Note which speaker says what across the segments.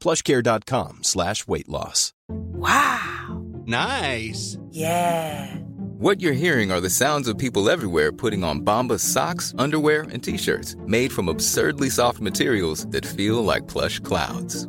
Speaker 1: plushcare.com slash weight loss.
Speaker 2: Wow.
Speaker 3: Nice.
Speaker 2: Yeah.
Speaker 4: What you're hearing are the sounds of people everywhere putting on Bombas socks, underwear, and t-shirts made from absurdly soft materials that feel like plush clouds.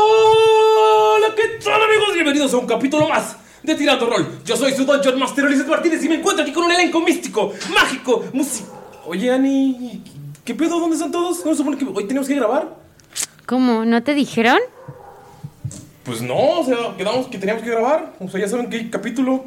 Speaker 5: Hola, ¿qué tal amigos? Bienvenidos a un capítulo más de Tirando Roll. Yo soy su Dungeon Master Ulises Martínez y me encuentro aquí con un elenco místico, mágico, músico. Oye, Ani, ¿qué pedo? ¿Dónde están todos? ¿No se supone que hoy tenemos que grabar?
Speaker 6: ¿Cómo? ¿No te dijeron?
Speaker 5: Pues no, o sea, quedamos que teníamos que grabar. O sea, ya saben qué capítulo.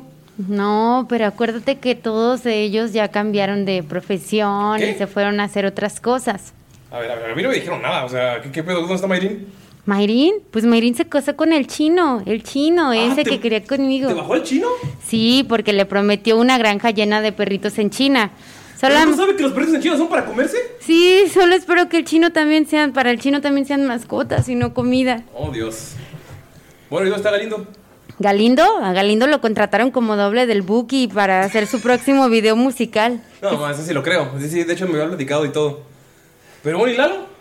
Speaker 6: No, pero acuérdate que todos ellos ya cambiaron de profesión
Speaker 5: ¿Qué?
Speaker 6: y se fueron a hacer otras cosas.
Speaker 5: A ver, a ver, a mí no me dijeron nada. O sea, ¿qué, qué pedo? ¿Dónde está Mayrin?
Speaker 6: Mayrin, pues Mayrin se casó con el chino, el chino, ese
Speaker 5: Ah, te-
Speaker 6: que quería conmigo.
Speaker 5: ¿Te bajó el chino?
Speaker 6: Sí, porque le prometió una granja llena de perritos en China. Solo,
Speaker 5: ¿Pero ¿No sabe que los perritos en China son para comerse?
Speaker 6: sí, solo espero que el chino también sean, para el chino también sean mascotas y no comida.
Speaker 5: Oh, Dios. Bueno, ¿y dónde está Galindo?
Speaker 6: Galindo, a Galindo lo contrataron como doble del Buki para hacer su próximo video musical.
Speaker 5: No, más, eso sí lo creo. Sí, sí, de hecho me lo han platicado y todo. Pero bueno, ¿y Lalo?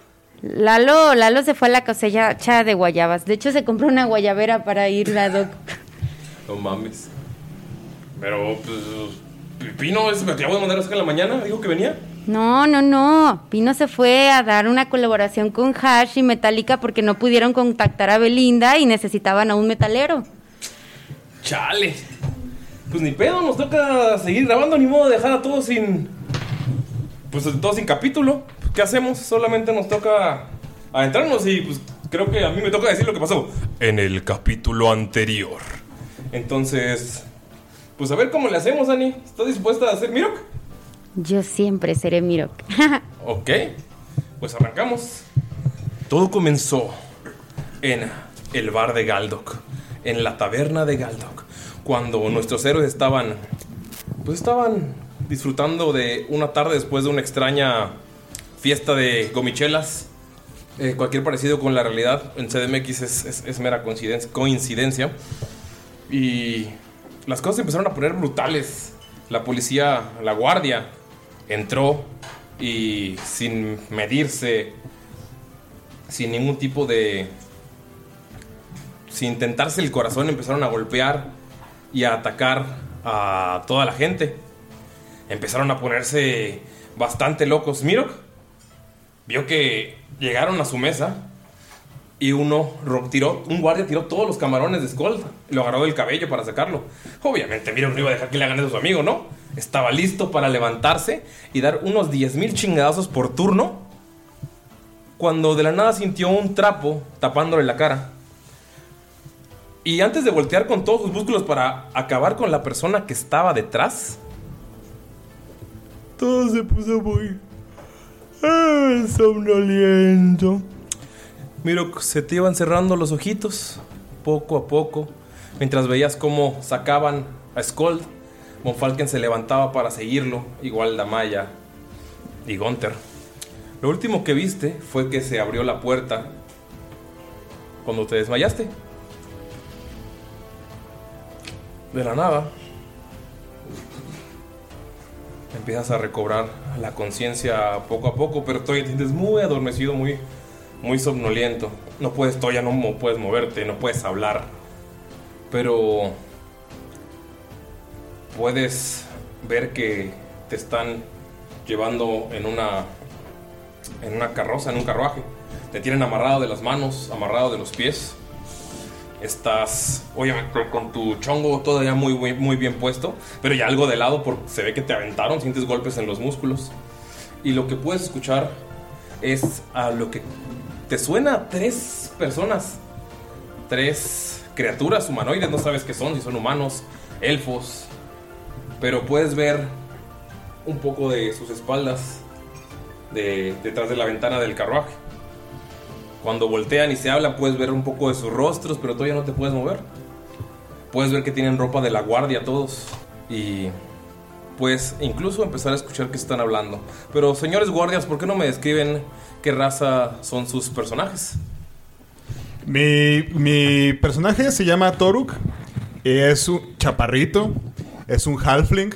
Speaker 6: Lalo, Lalo se fue a la cosecha de guayabas. De hecho, se compró una guayabera para ir a Doc.
Speaker 5: No mames. Pero, pues. Pino, es, me acabo de mandar a sacar en la mañana. Dijo que venía.
Speaker 6: No, no, no. Pino se fue a dar una colaboración con Hash y Metallica porque no pudieron contactar a Belinda y necesitaban a un metalero.
Speaker 5: Chale. Pues ni pedo, nos toca seguir grabando. Ni modo de dejar a todos sin. Pues a todos sin capítulo. ¿Qué hacemos? Solamente nos toca adentrarnos y, pues, creo que a mí me toca decir lo que pasó en el capítulo anterior. Entonces. Pues a ver cómo le hacemos, Ani. ¿Estás dispuesta a hacer Mirok?
Speaker 6: Yo siempre seré Mirok.
Speaker 5: Ok, pues arrancamos. Todo comenzó en el bar de Galdok, en la taberna de Galdok, cuando nuestros héroes estaban, pues estaban disfrutando de una tarde después de una extraña fiesta de gomichelas. Eh, cualquier parecido con la realidad en CDMX es, es- es mera coincidencia, coincidencia. Y las cosas se empezaron a poner brutales. La policía, la guardia, entró y sin medirse, sin ningún tipo de... sin tentarse el corazón, empezaron a golpear y a atacar a toda la gente. Empezaron a ponerse bastante locos. Mirok Vio que llegaron a su mesa y uno ro- tiró, un guardia tiró todos los camarones de Skull. Lo agarró del cabello para sacarlo. Obviamente, mira, no iba a dejar que le hagan eso a su amigo, ¿no? Estaba listo para levantarse y dar unos 10.000 chingadazos por turno. Cuando de la nada sintió un trapo tapándole la cara. Y antes de voltear con todos sus músculos para acabar con la persona que estaba detrás, Todo se puso muy.
Speaker 7: eh,
Speaker 5: ah, somnoliento. Miro, que se te iban cerrando los ojitos poco a poco. Mientras veías cómo sacaban a Skold, Von Falken se levantaba para seguirlo, igual Damaya y Gunther. Lo último que viste fue que se abrió la puerta cuando te desmayaste. De la nada, empiezas a recobrar la conciencia poco a poco, pero todavía te sientes muy adormecido, muy, muy somnoliento. No puedes, todavía no mo- puedes moverte, no puedes hablar, pero puedes ver que te están llevando en una, en una carroza, en un carruaje. Te tienen amarrado de las manos, amarrado de los pies. Estás, obviamente, con tu chongo todavía muy, muy, muy bien puesto, pero ya algo de lado porque se ve que te aventaron, sientes golpes en los músculos. Y lo que puedes escuchar es a lo que te suena a tres personas, tres criaturas humanoides, no sabes qué son, si son humanos, elfos, pero puedes ver un poco de sus espaldas de, detrás de la ventana del carruaje. Cuando voltean y se hablan, puedes ver un poco de sus rostros, pero todavía no te puedes mover. Puedes ver que tienen ropa de la guardia todos. Y puedes incluso empezar a escuchar que están hablando. Pero señores guardias, ¿por qué no me describen qué raza son sus personajes?
Speaker 3: Mi, mi personaje se llama Toruk. Es un chaparrito. Es un halfling.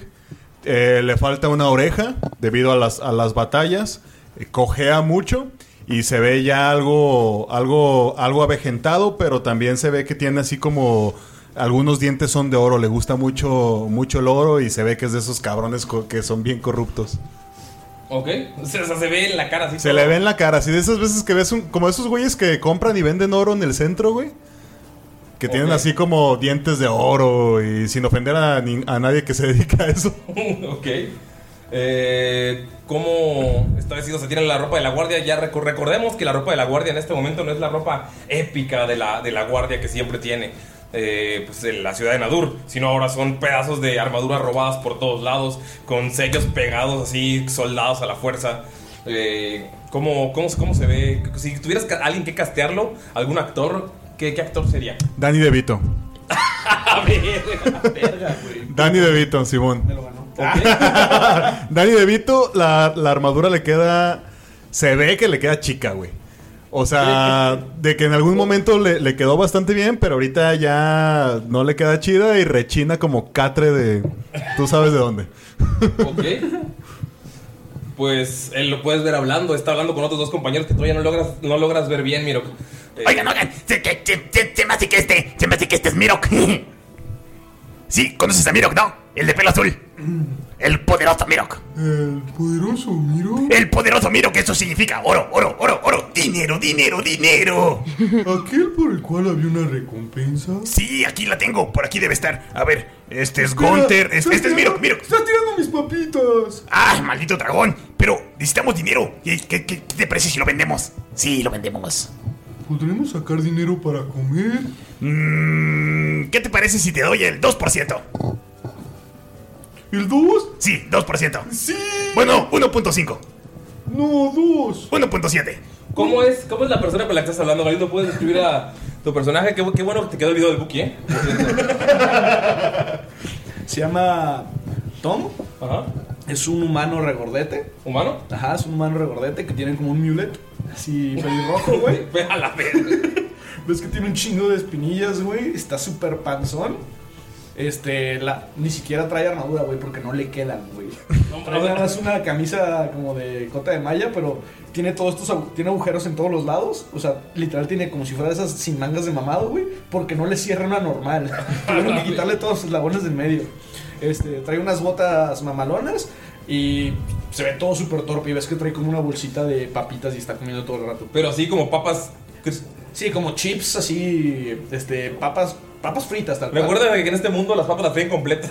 Speaker 3: eh, le falta una oreja debido a las, a las batallas. eh, cojea mucho. Y se ve ya algo, algo, algo avejentado, pero también se ve que tiene así como algunos dientes son de oro. Le gusta mucho, mucho el oro y se ve que es de esos cabrones co- que son bien corruptos.
Speaker 5: Ok. O sea, se ve en la cara así.
Speaker 3: Se
Speaker 5: todo.
Speaker 3: le ve en la cara, así de esas veces que ves un, como esos güeyes que compran y venden oro en el centro, güey. Que tienen
Speaker 5: Ok.
Speaker 3: así como dientes de oro y sin ofender a, ni- a nadie que se dedica a eso.
Speaker 5: ok. Eh, ¿Cómo está vestido? Se tiene la ropa de la guardia. Ya reco- recordemos que la ropa de la guardia en este momento no es la ropa épica de la, de la guardia que siempre tiene eh, pues, en la ciudad de Nadur, sino ahora son pedazos de armaduras robadas por todos lados, con sellos pegados así, soldados a la fuerza. Eh, ¿cómo, cómo, cómo se ve? Si tuvieras ca- alguien que castearlo, algún actor, ¿qué, qué actor sería?
Speaker 3: Danny DeVito.
Speaker 5: A ver, verga, güey.
Speaker 3: Danny DeVito, Simón. Danny DeVito, la, la armadura le queda. Se ve que le queda chica, güey. O sea, de que en algún momento le, le quedó bastante bien, pero ahorita ya no le queda chida y rechina como catre de. Tú sabes de dónde.
Speaker 5: Ok. Pues él lo puedes ver hablando, está hablando con otros dos compañeros que todavía no logras, no logras ver bien, Eh, Miro.
Speaker 7: Oigan, oigan, se, que- se- se- se me hace que este, se me hace que este es Mirok. sí, conoces a Mirok, ¿no? El de pelo azul. El poderoso Mirok.
Speaker 8: El poderoso Miro.
Speaker 7: El poderoso Mirok, eso significa oro, oro, oro, oro. Dinero, dinero, dinero.
Speaker 8: Aquel por el cual había una recompensa.
Speaker 7: Sí, aquí la tengo, por aquí debe estar. A ver, este es Gunter, es- este, es Mirok, Mirok.
Speaker 8: ¡Estás tirando mis papitas!
Speaker 7: ¡Ah, maldito dragón! Pero necesitamos dinero. ¿Qué, qué, qué- qué te parece si lo vendemos? Sí, lo vendemos.
Speaker 8: ¿Podremos sacar dinero para comer?
Speaker 7: Mm, ¿Qué te parece si te doy el 2%?
Speaker 8: ¿El 2?
Speaker 7: Sí, 2%.
Speaker 8: ¡Sí!
Speaker 7: Bueno, 1.5.
Speaker 8: ¡No, 2!
Speaker 7: 1.7.
Speaker 5: ¿Cómo es, ¿Cómo es la persona con la que estás hablando, Galito? ¿Puedes describir a tu personaje? Qué, bu- qué bueno que te quedó el video del Buki, ¿eh?
Speaker 9: Se llama Tom.
Speaker 5: Ajá.
Speaker 9: Es un humano regordete.
Speaker 5: ¿Humano?
Speaker 9: Ajá, es un humano regordete que tiene como un mulet. Así pelirrojo, güey.
Speaker 5: Ve a la verga.
Speaker 9: Ves que tiene un chingo de espinillas, güey. Está súper panzón. Este, la, ni siquiera trae armadura, güey, porque no le quedan, güey. Trae nada más una camisa como de cota de malla, pero tiene todos estos agu- tiene agujeros en todos los lados. O sea, literal tiene como si fuera de esas sin mangas de mamado, güey, porque no le cierra una normal. Tuvieron que quitarle todos los eslabones del medio. Este, trae unas botas mamalonas y se ve todo súper torpe y ves que trae como una bolsita de papitas y está comiendo todo el rato.
Speaker 5: Pero así como papas.
Speaker 9: Sí, como chips, así. Este, papas. Papas fritas, tal
Speaker 5: Recuerden que en este mundo las papas las traen completas.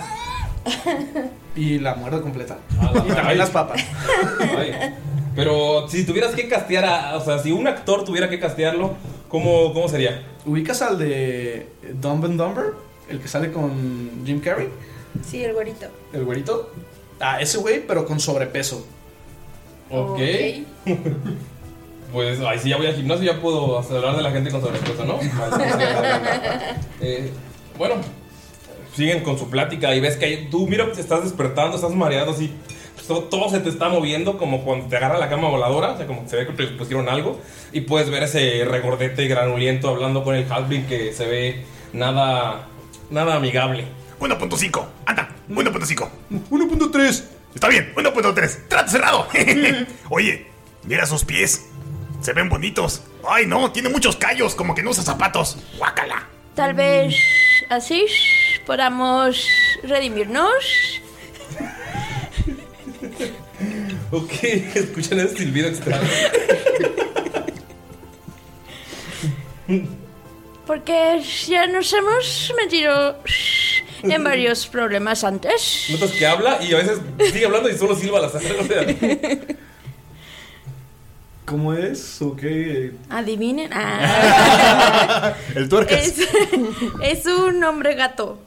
Speaker 9: Y la muerda completa.
Speaker 5: Ah,
Speaker 9: y también
Speaker 5: ay.
Speaker 9: las papas.
Speaker 5: Pero si tuvieras que castear a. O sea, si un actor tuviera que castearlo, ¿cómo, cómo sería?
Speaker 9: ¿Ubicas al de Dumb and Dumber? El que sale con Jim Carrey,
Speaker 10: Sí, el güerito.
Speaker 9: el güerito. Ah, ese güey, pero con sobrepeso.
Speaker 5: Ok. Pues ahí sí ya voy al gimnasio ya puedo hasta hablar de la gente con sobrepeso, ¿no? Eh, bueno, siguen con su plática y ves que hay- tú, mira, te estás despertando, estás mareado así. pues, Todo, todo se te está moviendo como cuando te agarra la cama voladora, o sea, como que se ve que te pusieron algo. Y puedes ver ese regordete granuliento hablando con el Halbling que se ve nada, nada amigable.
Speaker 7: 1.5, anda, 1.5. 1.3. Está bien, 1.3. Trato cerrado. Oye, mira sus pies. Se ven bonitos. Ay, no, tiene muchos callos, como que no usa zapatos. Guácala.
Speaker 10: Tal vez así podamos redimirnos.
Speaker 5: Ok, escuchan ese silbido extraño.
Speaker 10: Porque ya nos hemos metido en varios problemas antes.
Speaker 5: Notas que habla y a veces sigue hablando y solo silba las
Speaker 9: ¿Cómo es? ¿O qué?
Speaker 10: Adivinen. Ah,
Speaker 3: El tuercas.
Speaker 10: es, es un hombre gato.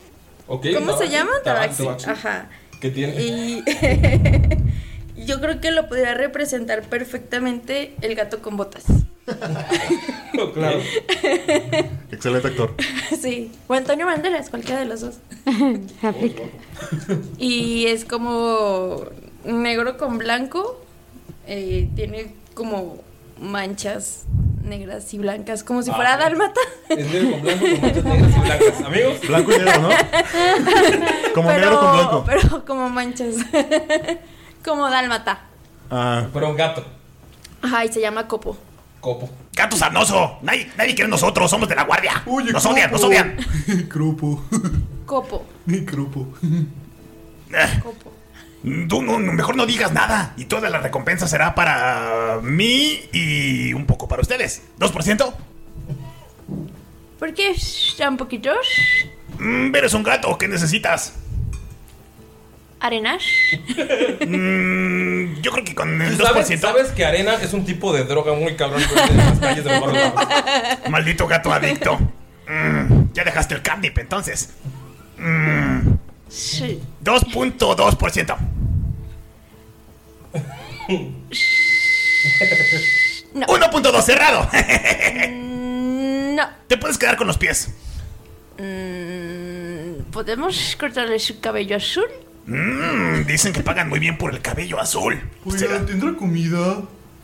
Speaker 10: ¿Cómo se llama? Tabaxi. Ajá.
Speaker 5: ¿Qué tiene?
Speaker 10: Y yo creo que lo podría representar perfectamente el gato con botas.
Speaker 3: Claro. Excelente actor.
Speaker 10: Sí, o Antonio Banderas, cualquiera de los dos.
Speaker 6: Aplica.
Speaker 10: Y es como negro con blanco. eh, tiene como manchas negras y blancas, como si fuera
Speaker 5: Ah.
Speaker 10: dálmata.
Speaker 5: Es negro con blanco, con manchas negras y blancas. Amigos.
Speaker 3: Blanco y negro, ¿no? Como negro con blanco.
Speaker 10: Pero como manchas. como dálmata.
Speaker 3: Ah.
Speaker 5: Pero un gato.
Speaker 10: Ajá, y se llama Copo.
Speaker 5: Copo.
Speaker 7: Gato sarnoso. Nadie, nadie quiere a nosotros. Somos de la guardia. nos odian, nos
Speaker 8: Copo.
Speaker 7: odian.
Speaker 8: Grupo.
Speaker 10: Copo.
Speaker 7: Mi grupo. Eh, Tú no, no, mejor no digas nada. Y toda la recompensa será para mí y un poco para ustedes. ¿2%?
Speaker 10: ¿Por qué tan poquitos?
Speaker 7: Mm, eres un gato. ¿Qué necesitas?
Speaker 10: Arenas.
Speaker 7: Yo creo que con el
Speaker 5: ¿Sabes, sabes que arena es un tipo de droga muy cabrón que venden en las calles de los barrios bajos?
Speaker 7: Maldito gato adicto. Mm, ya dejaste el catnip entonces. Mm,
Speaker 10: Sí.
Speaker 7: 2.2%.
Speaker 10: No. Mm,
Speaker 7: 1.2 cerrado.
Speaker 10: No.
Speaker 7: Te puedes quedar con los pies.
Speaker 10: Mm, ¿Podemos cortarle su cabello azul?
Speaker 7: Mm, dicen que pagan muy bien por el cabello azul.
Speaker 8: Pues ¿tendrá comida?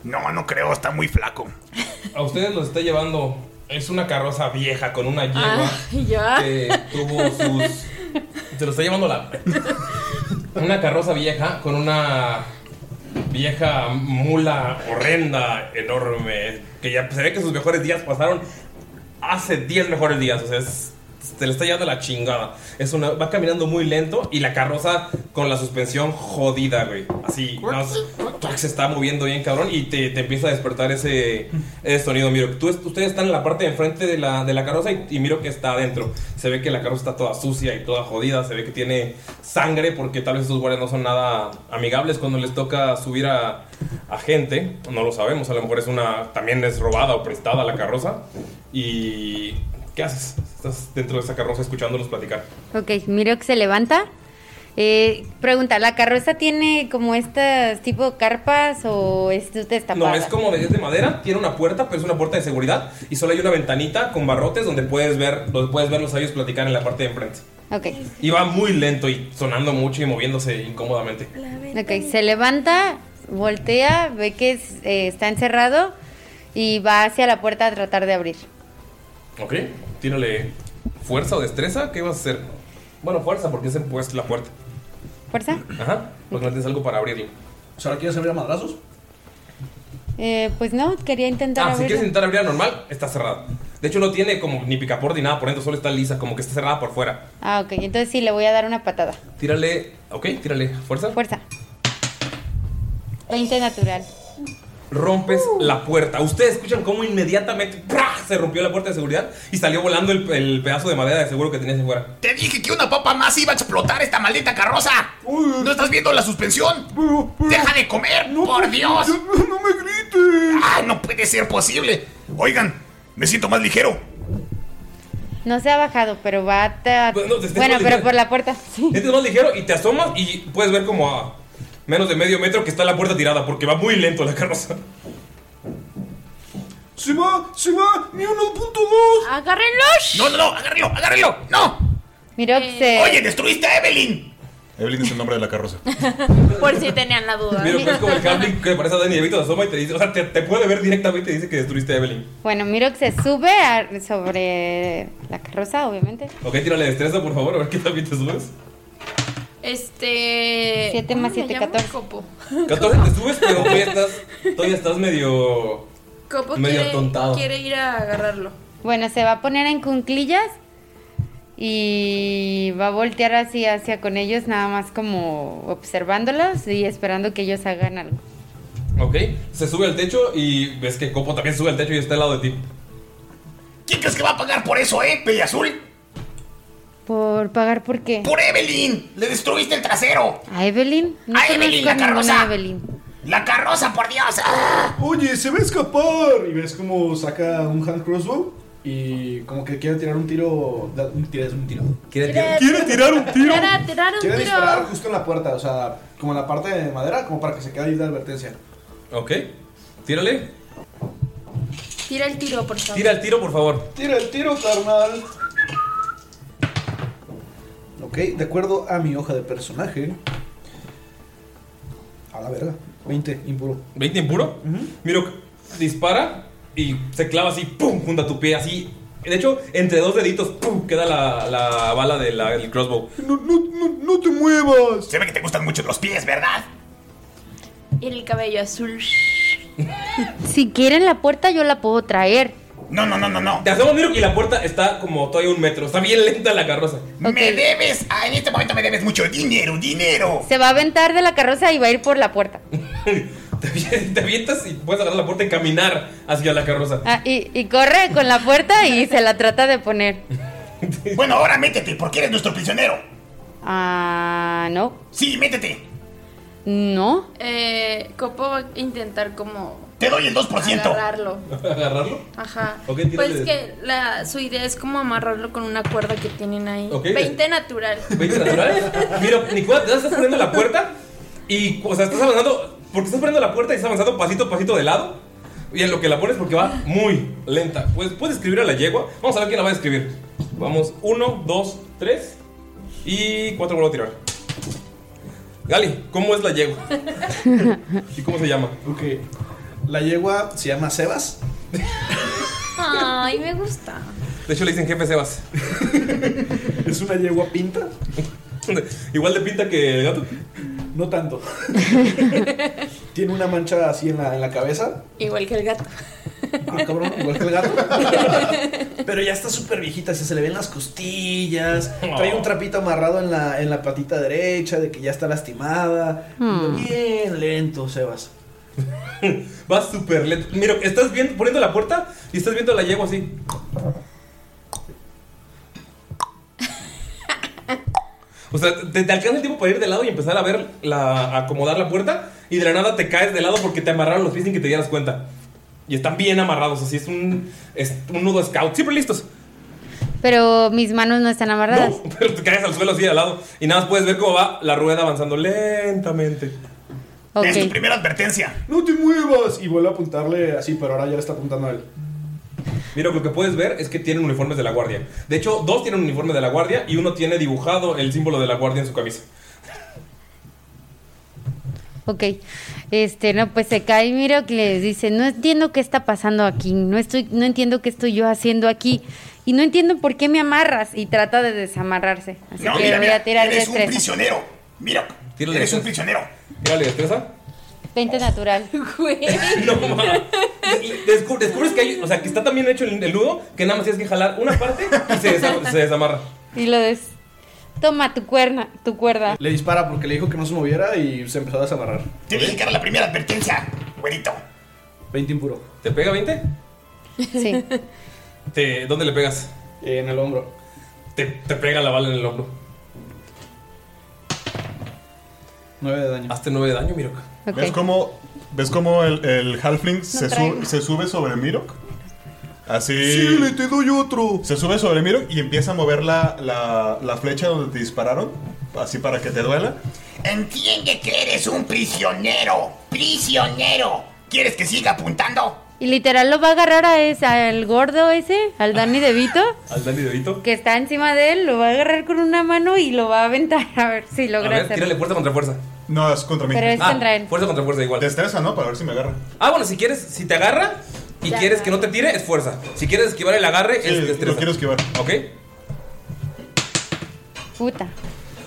Speaker 7: No, no creo, está muy flaco.
Speaker 5: A ustedes los está llevando. Es una carroza vieja con una yegua
Speaker 10: Ah, ya.
Speaker 5: que tuvo sus. Se lo está llevando la. Una carroza vieja con una vieja mula horrenda, enorme. Que ya se ve que sus mejores días pasaron hace 10 mejores días. O sea, es- se le está llevando la chingada. Es una, va caminando muy lento y la carroza con la suspensión jodida, güey. Así, no, se- se está moviendo bien, cabrón. Y te, te empieza a despertar ese, ese sonido, Miro. Tú, ustedes están en la parte de enfrente de la, de la carroza y, y Miro que está adentro. Se ve que la carroza está toda sucia y toda jodida. Se ve que tiene sangre porque tal vez esos guardias no son nada amigables cuando les toca subir a, a gente. No lo sabemos. A lo mejor es una. También es robada o prestada la carroza. ¿Y qué haces? Estás dentro de esa carroza escuchándolos platicar.
Speaker 6: Ok, miro que se levanta. Eh, pregunta, ¿la carroza tiene como estas tipo carpas o es destapada?
Speaker 5: No, es como de, es de madera, tiene una puerta, pero es una puerta de seguridad y solo hay una ventanita con barrotes donde puedes ver, donde puedes ver los sabios platicar en la parte de enfrente.
Speaker 6: Ok,
Speaker 5: Y va muy lento y sonando mucho y moviéndose incómodamente.
Speaker 6: ok, se levanta, voltea, ve que es- eh, está encerrado y va hacia la puerta a tratar de abrir.
Speaker 5: Ok, tírale fuerza o destreza, ¿qué vas a hacer? Bueno, fuerza porque es en- pues, la puerta.
Speaker 6: ¿Fuerza?
Speaker 5: Ajá, porque no tienes algo para abrirlo.
Speaker 9: ¿Ahora quieres abrir a madrazos?
Speaker 6: Eh, pues no, quería intentar
Speaker 5: Ah, si
Speaker 6: abrirlo.
Speaker 5: quieres intentar abrirla normal, está cerrada. De hecho, no tiene como ni picaporte ni nada por dentro, solo está lisa, como que está cerrada por fuera.
Speaker 6: Ah, ok, entonces sí, le voy a dar una patada.
Speaker 5: Tírale, ok, tírale fuerza.
Speaker 6: Fuerza. 20 natural.
Speaker 5: rompes la puerta. Ustedes escuchan cómo inmediatamente ¡prá! se rompió la puerta de seguridad y salió volando el, el pedazo de madera de seguro que tenías afuera.
Speaker 7: Te dije que una papa más iba a explotar esta maldita carroza. ¿No estás viendo la suspensión? Deja de comer, por Dios. pues, No, me grites. Ah, no puede ser posible. Oigan, me siento más ligero.
Speaker 6: No se ha bajado, pero va a... ta-
Speaker 5: Bueno, desde
Speaker 6: bueno,
Speaker 5: cuando
Speaker 6: pero
Speaker 5: dije-
Speaker 6: por la puerta. Sí.
Speaker 5: Este es más ligero y te asomas y puedes ver como a menos de medio metro que está la puerta tirada porque va muy lento la carroza.
Speaker 8: ¡Se va! ¡Se va! ¡Ni 1.2!
Speaker 10: ¡Agárrenlo!
Speaker 7: No, no, no,
Speaker 10: Eh,
Speaker 7: agárrenlo, agárrenlo. No.
Speaker 6: Mira,
Speaker 7: Oye, destruiste a Evelyn.
Speaker 3: Evelyn es el nombre de la carroza.
Speaker 10: Por si tenían la duda.
Speaker 5: Mira, pues como el Harley que le parece a Danny DeVito se asoma y te dice, o sea, te, te puede ver directamente y dice que destruiste a Evelyn.
Speaker 6: Bueno, Mirox se sube a- sobre la carroza, obviamente.
Speaker 5: Ok, tírale destreza, por favor, a ver qué también te subes.
Speaker 10: Este.
Speaker 6: 7 más 7, 14.
Speaker 10: Copo.
Speaker 5: 14 te subes, pero todavía estás, todavía estás medio...
Speaker 10: Copo
Speaker 5: Medio
Speaker 10: quiere,
Speaker 5: atontado.
Speaker 10: quiere ir a agarrarlo.
Speaker 6: Bueno, se va a poner en cunclillas y va a voltear así hacia con ellos, nada más como observándolos y esperando que ellos hagan algo.
Speaker 5: Ok, se sube al techo y ves que Copo también sube al techo y está al lado de ti.
Speaker 7: ¿Quién crees que va a pagar por eso, eh, Peli Azul?
Speaker 6: ¿Por pagar por qué?
Speaker 7: Por Evelyn. Le destruiste el trasero.
Speaker 6: ¿A Evelyn? No
Speaker 7: A Evelyn, la
Speaker 6: conozco a
Speaker 7: carroza.
Speaker 6: ninguna Evelyn.
Speaker 7: La carroza, por Dios. ¡Ah!
Speaker 9: Oye, se va a escapar. Y ves como saca un hand crossbow y como que quiere tirar un tiro. da- Un tiro es un tiro.
Speaker 5: Quiere,
Speaker 10: tirar-
Speaker 9: quiere tirar un tiro.
Speaker 10: Tirar- tirar un
Speaker 9: Quiere
Speaker 10: tiro.
Speaker 9: disparar justo en la puerta, o sea, como en la parte de madera, como para que se quede ahí de advertencia.
Speaker 5: Ok, tírale.
Speaker 10: Tira el tiro, por favor.
Speaker 5: Tira el tiro, por favor.
Speaker 9: Tira el tiro, carnal. Ok, de acuerdo a mi hoja de personaje. A la verga. 20, impuro.
Speaker 5: 20 impuro. Miro, dispara y se clava así, ¡pum! Junto a tu pie, así. De hecho, entre dos deditos, ¡pum! Queda la, la bala del el crossbow.
Speaker 7: No, no, no, no te muevas. Se ve que te gustan mucho los pies, ¿verdad?
Speaker 10: Y el cabello azul.
Speaker 6: Si quieren la puerta, yo la puedo traer.
Speaker 7: No, no, no, no, no.
Speaker 5: Te asomas, Miro, y la puerta está como todavía un metro. Está bien lenta la carroza.
Speaker 7: Me debes. Ah, en este momento me debes mucho dinero, dinero.
Speaker 6: Se va a aventar de la carroza y va a ir por la puerta.
Speaker 5: Te avientas y puedes agarrar la puerta y caminar hacia la carroza.
Speaker 6: Ah, y, y corre con la puerta y se la trata de poner.
Speaker 7: Bueno, ahora métete, porque eres nuestro prisionero.
Speaker 6: Ah, no.
Speaker 7: Sí, métete.
Speaker 6: No.
Speaker 10: Eh, Copo va a intentar como.
Speaker 7: Te doy el
Speaker 10: 2%. Agarrarlo.
Speaker 5: ¿Agarrarlo?
Speaker 10: Ajá.
Speaker 5: Ok, tírale.
Speaker 10: Pues que la, su idea es como amarrarlo con una cuerda que tienen ahí.
Speaker 5: Ok.
Speaker 10: 20 natural.
Speaker 5: ¿Veinte naturales? Miro, Nicola, te estás poniendo la puerta y, o sea, estás avanzando, porque estás poniendo la puerta y estás avanzando pasito a pasito de lado. Y en lo que la pones porque va muy lenta. Pues puedes escribir a la yegua. Vamos a ver quién la va a escribir. Vamos, uno, dos, tres y cuatro vuelvo a tirar. Gali, ¿cómo es la yegua? ¿Y cómo se llama?
Speaker 9: Ok. La yegua se llama Sebas.
Speaker 10: Ay, me gusta.
Speaker 5: De hecho le dicen jefe Sebas.
Speaker 9: ¿Es una yegua pinta?
Speaker 5: Igual de pinta que el gato.
Speaker 9: No tanto. Tiene una mancha así en la, en la cabeza.
Speaker 10: Igual que el gato.
Speaker 9: Ah, cabrón, igual que el gato. Pero ya está súper viejita, se, se le ven las costillas. Trae un trapito amarrado en la, en la patita derecha de que ya está lastimada.
Speaker 5: Hmm.
Speaker 9: Bien lento, Sebas.
Speaker 5: Va súper lento. Mira, estás viendo, poniendo la puerta y estás viendo a la yegua así. O sea, te, te alcanza el tiempo para ir de lado y empezar a ver, la, a acomodar la puerta y de la nada te caes de lado porque te amarraron los pies sin que te dieras cuenta. Y están bien amarrados, así es un, es un nudo scout, siempre listos.
Speaker 6: Pero mis manos no están amarradas.
Speaker 5: Pero te caes al suelo así de lado y nada más puedes ver cómo va la rueda avanzando lentamente.
Speaker 6: Ok.
Speaker 7: Es tu primera advertencia.
Speaker 9: No te muevas. Y vuelve a apuntarle así, pero ahora ya le está apuntando a él.
Speaker 5: Mira, lo que puedes ver es que tienen uniformes de la guardia. De hecho, dos tienen uniforme de la guardia y uno tiene dibujado el símbolo de la guardia en su camisa.
Speaker 6: Ok. Este, no, pues se cae Mirox y les dice, no entiendo qué está pasando aquí, no estoy, no entiendo qué estoy yo haciendo aquí. Y no entiendo por qué me amarras y trata de desamarrarse. Así
Speaker 7: No,
Speaker 6: que
Speaker 7: mira,
Speaker 6: voy
Speaker 7: mira.
Speaker 6: a tirar
Speaker 7: Eres un
Speaker 6: destreza.
Speaker 7: prisionero. Mira, eres un prisionero.
Speaker 5: Tírale destreza.
Speaker 6: 20 natural.
Speaker 5: Descu- descubres que hay, o sea, que está también hecho el, el nudo, que nada más tienes que jalar una parte y se, desa- se desamarra.
Speaker 6: Y lo des. Toma tu cuerna, tu cuerda.
Speaker 9: Le dispara porque le dijo que no se moviera y se empezó a desamarrar.
Speaker 7: Te dije que era la primera advertencia, güerito.
Speaker 9: 20 impuro.
Speaker 5: ¿Te pega 20?
Speaker 6: Sí.
Speaker 5: Te- ¿Dónde le pegas?
Speaker 9: En el hombro.
Speaker 5: Te, te pega la bala en el hombro.
Speaker 9: 9 de daño.
Speaker 5: Hazte 9 de daño, Mirok.
Speaker 6: Ok.
Speaker 3: ¿Ves cómo, ves cómo el, el Halfling se, su-
Speaker 6: traigo.
Speaker 3: se sube sobre Mirok? Así.
Speaker 7: Sí, le
Speaker 3: te doy otro. Se sube sobre Mirok y empieza a mover la, la- la flecha donde te dispararon. Así para que te duela.
Speaker 7: Entiende que eres un prisionero. ¡Prisionero! ¿Quieres que siga apuntando?
Speaker 6: Y literal lo va a agarrar a ese, al gordo ese, al Danny DeVito,
Speaker 5: Al Dani dedito.
Speaker 6: que está encima de él, lo va a agarrar con una mano y lo va a aventar a ver si
Speaker 5: A
Speaker 6: logra
Speaker 5: ver,
Speaker 6: hacerlo.
Speaker 5: tírale fuerza contra fuerza. Ah,
Speaker 3: No, es contra
Speaker 6: mí. Pero es contra él.
Speaker 5: Fuerza contra fuerza igual.
Speaker 3: Destreza, ¿no? Para ver si me agarra.
Speaker 5: Ah, bueno, si quieres, si te agarra y
Speaker 6: Ya.
Speaker 5: quieres que no te tire, es fuerza. Si quieres esquivar el agarre, es destreza. quiero
Speaker 3: esquivar.
Speaker 5: Ok.
Speaker 6: Puta.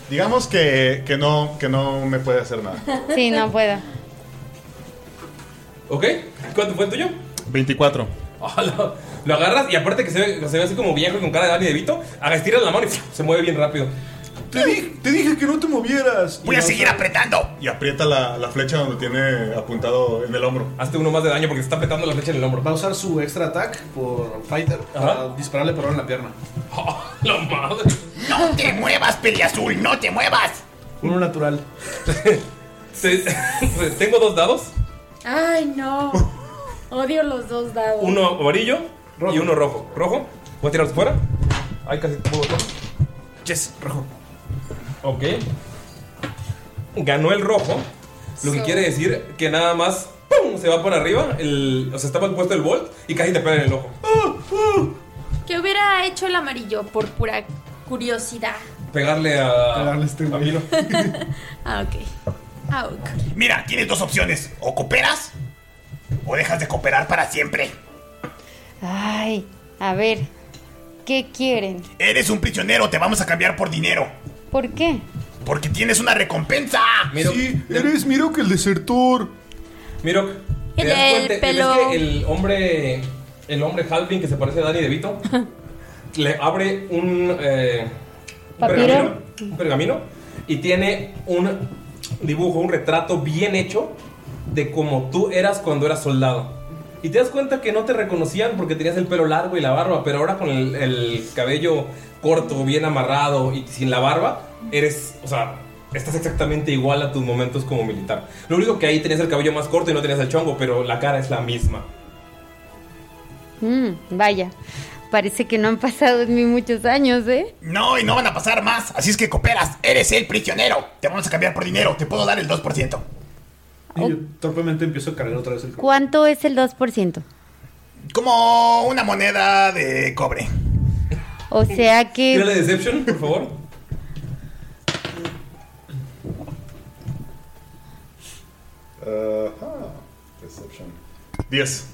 Speaker 3: Digamos que, que no, que no me puede hacer nada.
Speaker 6: Sí, no puedo.
Speaker 5: ¿Ok? ¿Cuánto fue el tuyo?
Speaker 3: 24.
Speaker 5: Ah, lo, lo agarras y aparte que se ve, se ve así como viejo con cara de Dani Devito, estiras la mano y se mueve bien rápido.
Speaker 3: Te dije, te dije que no te movieras.
Speaker 5: Voy a seguir
Speaker 3: apretando. Y aprieta la, la flecha donde tiene apuntado en el hombro.
Speaker 5: Hazte uno más de daño porque te está apretando la flecha en el hombro.
Speaker 9: Va a usar su extra attack por Fighter para dispararle pero en la pierna.
Speaker 5: ¡La madre!
Speaker 7: ¡No te muevas, peliazul! ¡No te muevas!
Speaker 9: Uno natural.
Speaker 5: Se- tengo dos dados,
Speaker 10: Ay, no. Odio los dos dados.
Speaker 5: uno amarillo y uno rojo. ¿Rojo? ¿Voy a tirarlos fuera? Ay, casi puedo. Yes, rojo. Ok. Ganó el rojo, lo que
Speaker 7: So-
Speaker 5: quiere decir que nada más ¡pum! se va para arriba, el, o sea, estaba puesto el bolt y casi te pega en el ojo.
Speaker 10: ¿Qué hubiera hecho el amarillo por pura curiosidad?
Speaker 5: Pegarle a.
Speaker 7: Pegarle
Speaker 9: este
Speaker 10: Ah, ok. Ah, ok.
Speaker 7: Mira, tienes dos opciones. O cooperas o dejas de cooperar para siempre.
Speaker 6: Ay, a ver. ¿Qué quieren?
Speaker 7: Eres un prisionero, te vamos a cambiar por dinero.
Speaker 6: ¿Por qué?
Speaker 7: Porque tienes una recompensa.
Speaker 5: Sí,
Speaker 3: eres Mirok el desertor.
Speaker 5: Mirok, ¿te
Speaker 10: El
Speaker 5: das
Speaker 10: del
Speaker 5: cuenta? ¿Ves
Speaker 10: pelo.
Speaker 5: que el hombre, el hombre Halvin que se parece a Danny DeVito, le abre un, eh, un
Speaker 11: Papiro.
Speaker 5: pergamino, un pergamino y tiene un dibujo, un retrato bien hecho de cómo tú eras cuando eras soldado. Y te das cuenta que no te reconocían porque tenías el pelo largo y la barba, pero ahora con el, el cabello corto, bien amarrado y sin la barba, eres, o sea, estás exactamente igual a tus momentos como militar. Lo único que ahí tenías el cabello más corto y no tenías el chongo, pero la cara es la misma.
Speaker 6: Mm, vaya. Parece que no han pasado en mí muchos años, ¿eh?
Speaker 7: No, y no van a pasar más. Así es que cooperas. Eres el prisionero. Te vamos a cambiar por dinero. Te puedo dar el 2%.
Speaker 9: Y yo torpemente empiezo a cargar otra vez el
Speaker 6: ¿Cuánto es el 2%?
Speaker 7: Como una moneda de cobre.
Speaker 6: O sea
Speaker 5: Tírale
Speaker 6: que...
Speaker 5: Deception, por favor.
Speaker 3: Ajá. Deception. 10.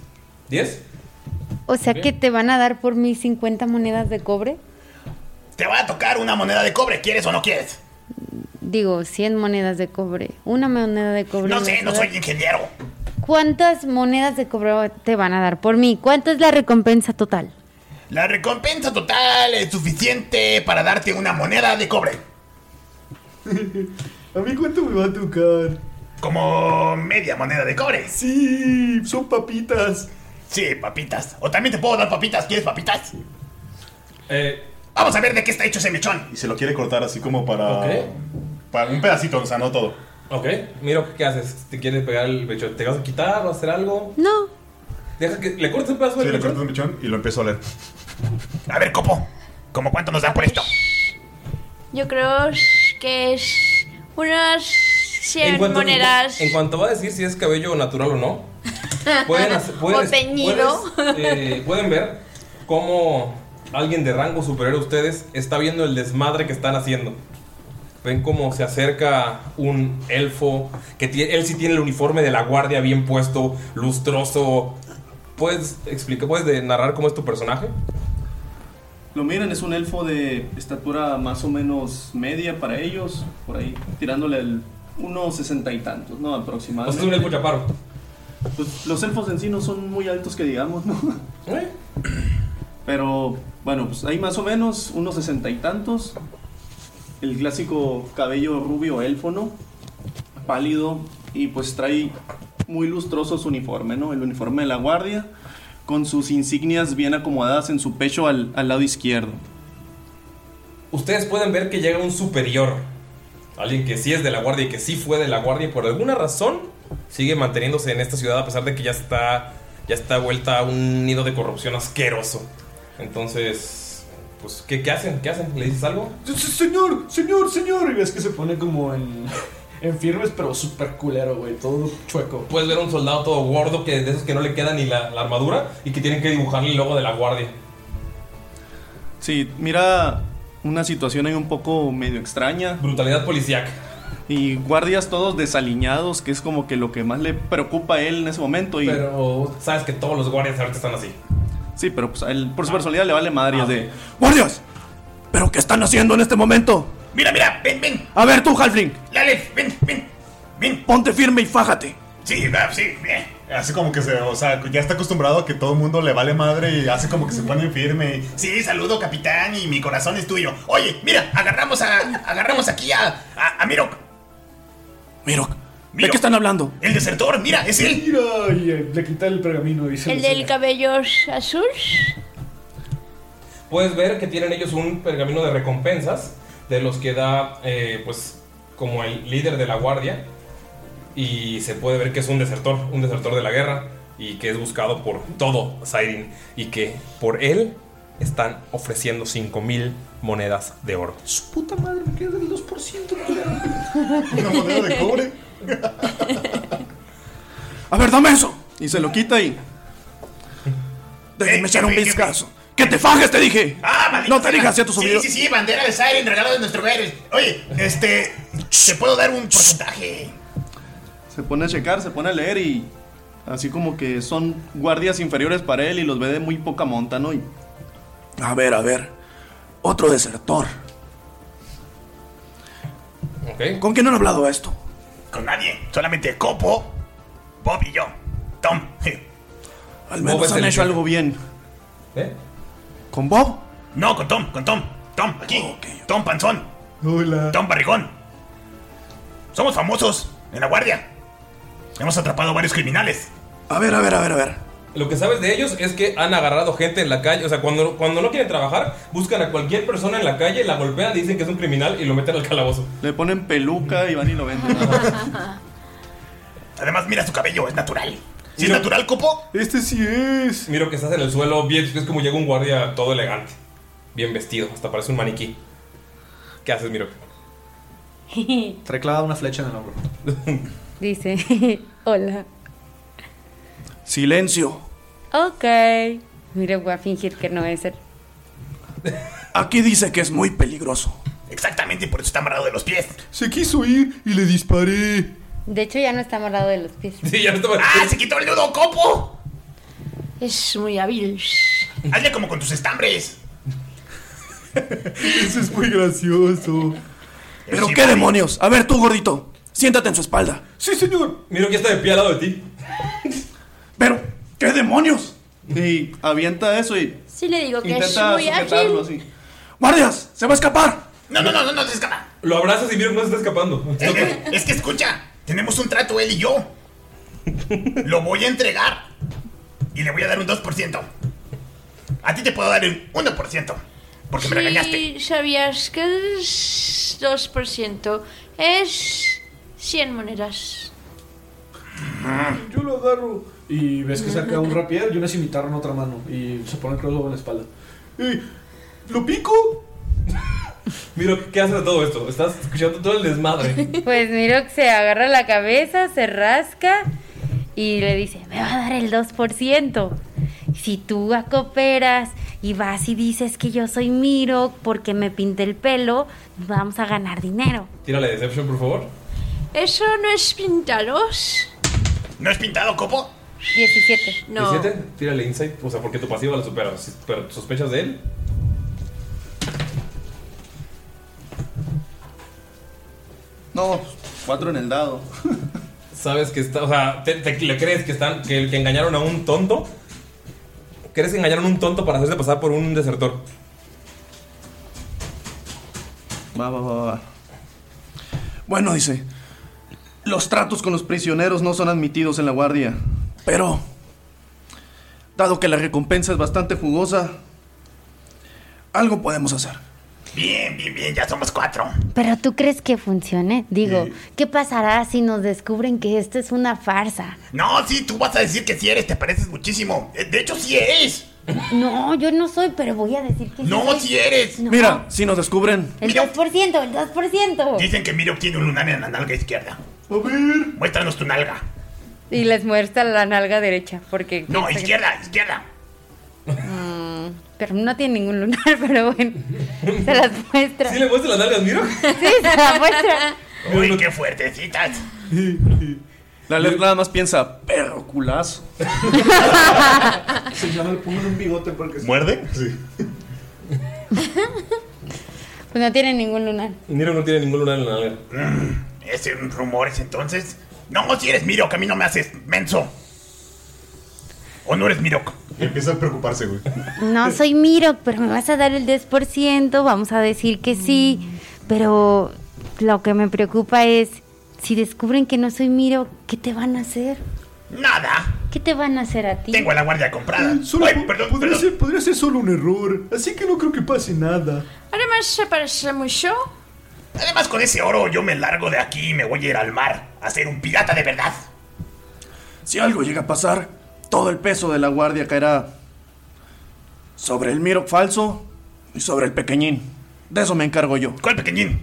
Speaker 5: ¿10?
Speaker 6: O sea que te van a dar por mí 50 monedas de cobre.
Speaker 7: Te va a tocar una moneda de cobre, ¿quieres o no quieres?
Speaker 6: Digo, 100 monedas de cobre. Una moneda de cobre.
Speaker 7: No
Speaker 6: me
Speaker 7: sé,
Speaker 6: vas
Speaker 7: no
Speaker 6: a dar.
Speaker 7: soy ingeniero.
Speaker 6: ¿Cuántas monedas de cobre te van a dar por mí? ¿Cuánto es la recompensa total?
Speaker 7: La recompensa total es suficiente para darte una moneda de cobre.
Speaker 9: ¿A mí cuánto me va a tocar?
Speaker 7: Como media moneda de cobre.
Speaker 9: Sí, son papitas.
Speaker 7: Sí, papitas. O también te puedo dar papitas. ¿Quieres papitas?
Speaker 5: Eh,
Speaker 7: Vamos a ver de qué está hecho ese mechón.
Speaker 3: Y se lo quiere cortar así como para.
Speaker 5: Ok.
Speaker 3: Para un pedacito, o sea, no todo.
Speaker 5: Ok, mira qué haces. ¿Te quieres pegar el pecho? ¿Te vas a quitar o hacer algo?
Speaker 6: No.
Speaker 5: Deja que le cortes un pedazo
Speaker 3: Sí,
Speaker 5: del
Speaker 3: le
Speaker 5: pecho.
Speaker 3: cortas un pichón y lo empiezo a oler.
Speaker 7: A ver, copo. ¿Cómo cuánto nos dan por esto?
Speaker 10: Yo creo que es unas 100 monedas.
Speaker 5: en cuanto va a decir si es cabello natural o no, pueden, hacer- pueden-
Speaker 10: o teñido.
Speaker 5: puedes, eh, pueden ver cómo alguien de rango superior a ustedes está viendo el desmadre que están haciendo. Ven cómo se acerca un elfo, que tie- él sí tiene el uniforme de la guardia bien puesto, lustroso. ¿Puedes explicar, puedes de- narrar cómo es tu personaje?
Speaker 12: Lo miran, es un elfo de estatura más o menos media para ellos, por ahí, tirándole el unos sesenta y tantos, ¿no?
Speaker 5: O
Speaker 12: Aproximadamente.
Speaker 5: sea, es un elfo chaparro.
Speaker 12: Pues, los elfos en sí no son muy altos que digamos, ¿no?
Speaker 9: ¿Eh?
Speaker 12: Pero bueno, pues ahí más o menos unos sesenta y tantos. el clásico cabello rubio elfo, ¿no? Pálido y pues trae muy lustroso su uniforme, ¿no? El uniforme de la guardia con sus insignias bien acomodadas en su pecho al, al lado izquierdo.
Speaker 5: Ustedes pueden ver que llega un superior. Alguien que sí es de la guardia y que sí fue de la guardia y por alguna razón sigue manteniéndose en esta ciudad a pesar de que ya está ya está vuelta a un nido de corrupción asqueroso. Entonces, pues ¿qué, qué hacen? ¿Qué hacen? ¿Le dices algo?
Speaker 9: Se- se- Señor, señor, señor. Y ves que se pone como en, en firmes, pero súper culero, güey. Todo chueco.
Speaker 5: Puedes ver a un soldado todo gordo que de esos que no le queda ni la, la armadura y que tienen que dibujarle el logo de la guardia.
Speaker 12: Sí, mira una situación ahí un poco medio extraña.
Speaker 5: Brutalidad policiaca.
Speaker 12: Y guardias todos desaliñados, que es como que lo que más le preocupa a él en ese momento. Y...
Speaker 5: Pero sabes que todos los guardias ahorita están así. Ah.
Speaker 12: Sí, pero pues, a él, por su personalidad le vale madre. y es de ¡Guardias! ¿Pero qué están haciendo en este momento?
Speaker 7: Mira, mira, ven, ven.
Speaker 12: A ver tú, Halfling,
Speaker 7: Lale, ven, ven.
Speaker 12: ponte firme y fájate.
Speaker 7: Sí, va, sí, eh, bien.
Speaker 3: Hace como que se, o sea, ya está acostumbrado a que todo el mundo le vale madre y hace como que se pone firme. y,
Speaker 7: Sí, saludo, capitán, y mi corazón es tuyo. Oye, mira, agarramos a. agarramos aquí a. a, a Mirok.
Speaker 12: Mirok. ¿De qué están hablando?
Speaker 7: El desertor, mira, es él.
Speaker 9: Mira, y eh, le quita el pergamino y se
Speaker 10: El
Speaker 9: lo
Speaker 10: del cabello azul.
Speaker 5: Puedes ver que tienen ellos un pergamino de recompensas de los que da, eh, pues, como el líder de la guardia. Y se puede ver que es un desertor, un desertor de la guerra. Y que es buscado por todo Sairin. Y que por él están ofreciendo 5000 monedas de oro.
Speaker 9: Puta madre, me queda del 2%, culero.
Speaker 3: Una moneda de cobre.
Speaker 12: A ver, dame eso. Y se lo quita y. Déjenme echar un vizcazo. ¡Que te fajes, te dije! no te digas a tus
Speaker 7: Ah, Sí,
Speaker 12: oídos.
Speaker 7: sí, sí, bandera de Siren, regalo de nuestro héroe. Oye, este. Te puedo dar un porcentaje.
Speaker 12: Se pone a checar, se pone a leer y. Así como que son guardias inferiores para él y los ve de muy poca monta, ¿no? Y- A ver, a ver. Otro desertor. ¿Con quién han hablado esto?
Speaker 7: Con nadie, solamente Copo, Bob y yo. Tom.
Speaker 12: Al menos han hecho algo bien.
Speaker 5: ¿Eh?
Speaker 12: ¿Con Bob?
Speaker 7: No, con Tom, con Tom. Tom, aquí.
Speaker 12: Oh,
Speaker 7: Tom Panzón. Tom Barrigón. Somos famosos en la guardia. Hemos atrapado varios criminales.
Speaker 12: A ver, a ver, a ver, a ver.
Speaker 5: Lo que sabes de ellos es que han agarrado gente en la calle. O sea, cuando, cuando no quieren trabajar, buscan a cualquier persona en la calle, la golpean, dicen que es un criminal y lo meten al calabozo.
Speaker 12: Le ponen peluca y van y lo venden.
Speaker 7: Además, mira su cabello, es natural. ¿Sí es natural, Copo?
Speaker 5: Este sí es. Miro que estás en el suelo, bien, es como llega un guardia todo elegante, bien vestido, hasta parece un maniquí. ¿Qué haces, Miro?
Speaker 9: Trae clavada una flecha en el hombro.
Speaker 6: Dice, hola.
Speaker 12: Silencio.
Speaker 6: Ok. Mira, voy a fingir que no es él.
Speaker 12: Aquí dice que es muy peligroso.
Speaker 7: Exactamente, por eso está amarrado de los pies.
Speaker 12: Se quiso ir y le disparé.
Speaker 6: De hecho, ya no está amarrado de los pies.
Speaker 5: Sí, ya no estaba.
Speaker 7: ¡Ah, se quitó el nudo, Copo!
Speaker 10: Es muy hábil.
Speaker 7: Hazle como con tus estambres.
Speaker 12: Eso es muy gracioso. Pero qué demonios. A ver tú, gordito. Siéntate en su espalda.
Speaker 9: Sí, señor.
Speaker 5: Miro que está de pie al lado de ti.
Speaker 12: Pero, ¿qué demonios? Y avienta eso y
Speaker 10: Sí le digo que es
Speaker 12: intenta
Speaker 10: muy
Speaker 12: sujetarlo
Speaker 10: ágil.
Speaker 12: así. ¡Guardias! ¡Se va a escapar!
Speaker 7: No, no, no, no, no se escapa.
Speaker 5: Lo abrazas y Miro no se está escapando.
Speaker 7: Es que, es que escucha, tenemos un trato él y yo. Lo voy a entregar. Y le voy a dar un 2%. A ti te puedo dar un 1%. Porque me regañaste.
Speaker 10: Si sabías que es 2%, es 100 monedas.
Speaker 9: Yo lo agarro. Y ves que saca un rapier y una cimitarra en otra mano. Y se pone el crossbow en la espalda. Y, ¿Lo pico?
Speaker 5: Miro, ¿qué haces de todo esto? Estás escuchando todo el desmadre.
Speaker 6: Pues Miro que se agarra la cabeza, se rasca y le dice, me va a dar el 2%. Si tú cooperas y vas y dices que yo soy Miro porque me pinté el pelo, vamos a ganar dinero.
Speaker 5: Tírale Deception, por favor.
Speaker 10: ¿Eso no es pintaros?
Speaker 7: ¿No es pintado, copo?
Speaker 6: 17.
Speaker 10: No.
Speaker 5: ¿17? Tírale Insight. O sea, porque tu pasiva la supera. Si- Pero sospechas de él.
Speaker 12: No, cuatro en el dado.
Speaker 5: Sabes que está. O sea, te, te- le crees que están. Que, que engañaron a un tonto. ¿Crees que engañaron a un tonto para hacerse pasar por un desertor?
Speaker 12: Va, va, va, va. Bueno, dice. Los tratos con los prisioneros no son admitidos en la guardia. Pero. Dado que la recompensa es bastante jugosa. Algo podemos hacer.
Speaker 7: Bien, bien, bien, ya somos cuatro.
Speaker 6: Pero tú crees que funcione? Digo, ¿qué pasará si nos descubren que esto es una farsa?
Speaker 7: No, sí, tú vas a decir que sí eres, te pareces muchísimo. Eh, De hecho, sí eres.
Speaker 6: No, yo no soy, pero voy a decir que
Speaker 7: No,
Speaker 6: sí
Speaker 7: sí eres.
Speaker 12: Mira, si nos descubren.
Speaker 6: El 2%, el 2%.
Speaker 7: Dicen que Miro tiene un lunar en la nalga izquierda. A ver. Muéstranos tu nalga.
Speaker 6: Y les muestra la nalga derecha, porque...
Speaker 7: No, izquierda, izquierda.
Speaker 6: Mm, pero no tiene ningún lunar, pero bueno. Se las muestra.
Speaker 5: ¿Sí le muestra las nalgas, Miro?
Speaker 6: Sí, se las muestra.
Speaker 7: Uy, qué fuertecitas.
Speaker 12: La Lef nada más piensa, perro culazo.
Speaker 9: Se llama el puño un bigote porque.
Speaker 7: ¿Muerde? Sí.
Speaker 6: Pues no tiene ningún lunar.
Speaker 5: Miro no tiene ningún lunar en la nalga.
Speaker 7: Ese Mm, rumores entonces. No, si eres Miro, que a mí no me haces menso. O no eres Miro. Empieza a preocuparse, güey.
Speaker 6: No soy Miro, pero me vas a dar el 10%, vamos a decir que sí, pero lo que me preocupa es si descubren que no soy Miro, ¿qué te van a hacer?
Speaker 7: Nada.
Speaker 6: ¿Qué te van a hacer a ti?
Speaker 7: Tengo a la guardia comprada.
Speaker 9: Eh, Solo po- podría, Ser, podría ser solo un error. Así que no creo que pase nada.
Speaker 10: Además, se parece mucho.
Speaker 7: Además, con ese oro yo me largo de aquí y me voy a ir al mar a ser un pirata de verdad.
Speaker 12: Si algo llega a pasar, todo el peso de la guardia caerá sobre el Miro falso y sobre el pequeñín. De eso me encargo yo.
Speaker 7: ¿Cuál pequeñín?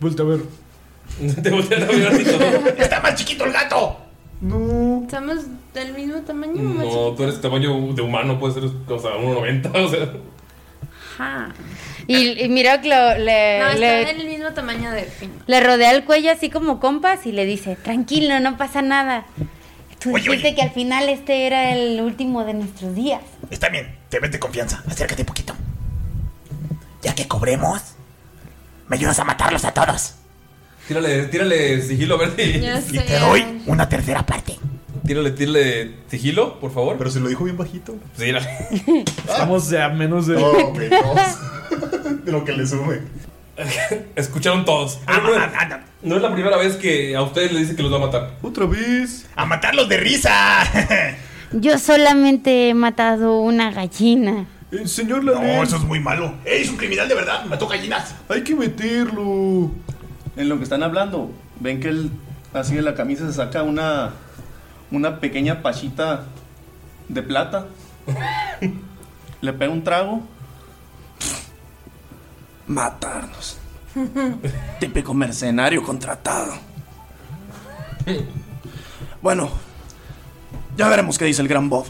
Speaker 9: Vuelta a ver.
Speaker 5: Te voltean a mirar y todo.
Speaker 7: ¡Está más chiquito el gato!
Speaker 9: No.
Speaker 10: ¿Estamos del mismo tamaño? más
Speaker 5: No, tú eres tamaño de humano, puede ser, o sea, 1.90, o sea.
Speaker 10: Ajá.
Speaker 6: Y, y mira que lo- le,
Speaker 10: No,
Speaker 6: Eh, le-
Speaker 10: está del mismo tamaño de fin.
Speaker 6: le rodea el cuello así como compas y le dice, tranquilo, no pasa nada. Tú dijiste que al final este era el último de nuestros días.
Speaker 7: Está bien, te ves de confianza. Acércate un poquito. Ya que cobremos, me ayudas a matarlos a todos.
Speaker 5: Tírale, tírale sigilo, a ver si.
Speaker 7: Ya
Speaker 5: si
Speaker 7: sé. Mm.
Speaker 5: te
Speaker 7: doy una tercera parte.
Speaker 5: Tírale, tírale sigilo, por favor. Pero
Speaker 3: se lo dijo bien bajito.
Speaker 5: Sí, era-
Speaker 9: Estamos a menos de.
Speaker 3: No, güey, De lo que le sube.
Speaker 5: Escucharon todos. Pero no, no es la primera vez que a ustedes les dice que los va a matar.
Speaker 9: Otra vez.
Speaker 7: A matarlos de risa.
Speaker 6: Yo solamente he matado una gallina.
Speaker 9: Eh, señor Lalén.
Speaker 7: No, Oh, eso es muy malo. ¡Ey, es un criminal de verdad! ¡Mató gallinas!
Speaker 9: Hay que meterlo.
Speaker 12: En lo que están hablando, ven que él así de la camisa se saca una una pequeña pachita de plata. Le pega un trago. Matarnos. Típico mercenario contratado. Bueno, ya veremos qué dice el gran Bob.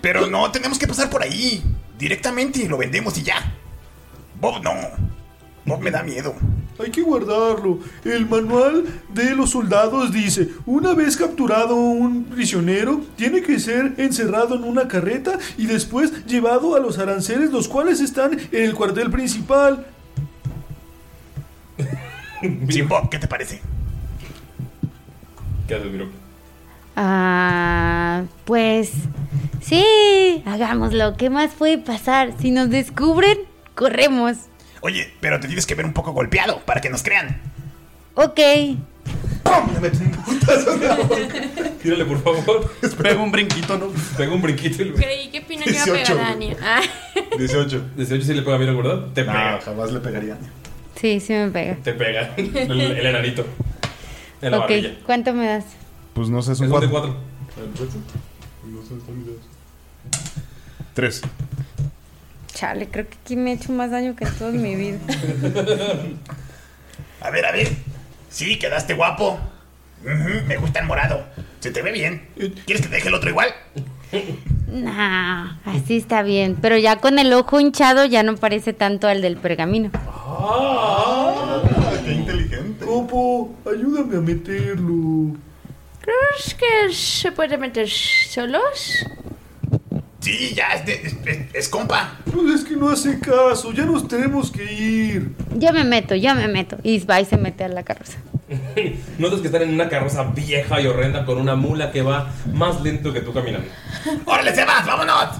Speaker 7: Pero no, tenemos que pasar por ahí. Directamente lo vendemos y ya. Bob no. Bob me da miedo.
Speaker 9: Hay que guardarlo. El manual de los soldados dice, una vez capturado un prisionero, tiene que ser encerrado en una carreta y después llevado a los aranceles, los cuales están en el cuartel principal.
Speaker 7: Sí, Bob, ¿qué te parece?
Speaker 5: ¿Qué haces, Miro?
Speaker 6: Ah, pues sí, hagámoslo. ¿Qué más puede pasar? Si nos descubren, corremos.
Speaker 7: Oye, pero te tienes que ver un poco golpeado para que nos crean.
Speaker 6: Ok.
Speaker 5: Tírale, por favor.
Speaker 12: Pega un brinquito, ¿no?
Speaker 5: Pega un brinquito. y-
Speaker 10: Creí que Pino le iba a pegar
Speaker 5: 18,
Speaker 10: a Anya. Ah,
Speaker 3: 18.
Speaker 5: 18 sí le pega a Miro, ¿verdad? Te pega.
Speaker 3: jamás le pegaría.
Speaker 6: Sí, sí me pega.
Speaker 5: Te pega. El, el enanito. En la
Speaker 6: Ok,
Speaker 5: barbilla.
Speaker 6: ¿cuánto me das?
Speaker 3: Pues no sé, son
Speaker 5: Es un de
Speaker 3: cuatro.
Speaker 5: cuatro.
Speaker 3: Tres.
Speaker 6: Chale, creo que aquí me he hecho más daño que en toda mi vida.
Speaker 7: A ver, a ver. Sí, quedaste guapo. Ujú, me gusta el morado. Se te ve bien. ¿Quieres que te deje el otro igual?
Speaker 6: Nah, así está bien. Pero ya con el ojo hinchado ya no parece tanto al del pergamino.
Speaker 3: ¡Qué inteligente!
Speaker 9: Copo, ayúdame a meterlo.
Speaker 10: ¿Crees que se puede meter solos?
Speaker 7: Sí, ya, es, de- es- es- es compa.
Speaker 9: Pues es que no hace caso, ya nos tenemos que ir.
Speaker 6: Yo me meto, yo me meto. Y va y se mete a la carroza.
Speaker 5: Notas que están en una carroza vieja y horrenda con una mula que va más lento que tú caminando.
Speaker 7: ¡Órale, Sebas, vámonos!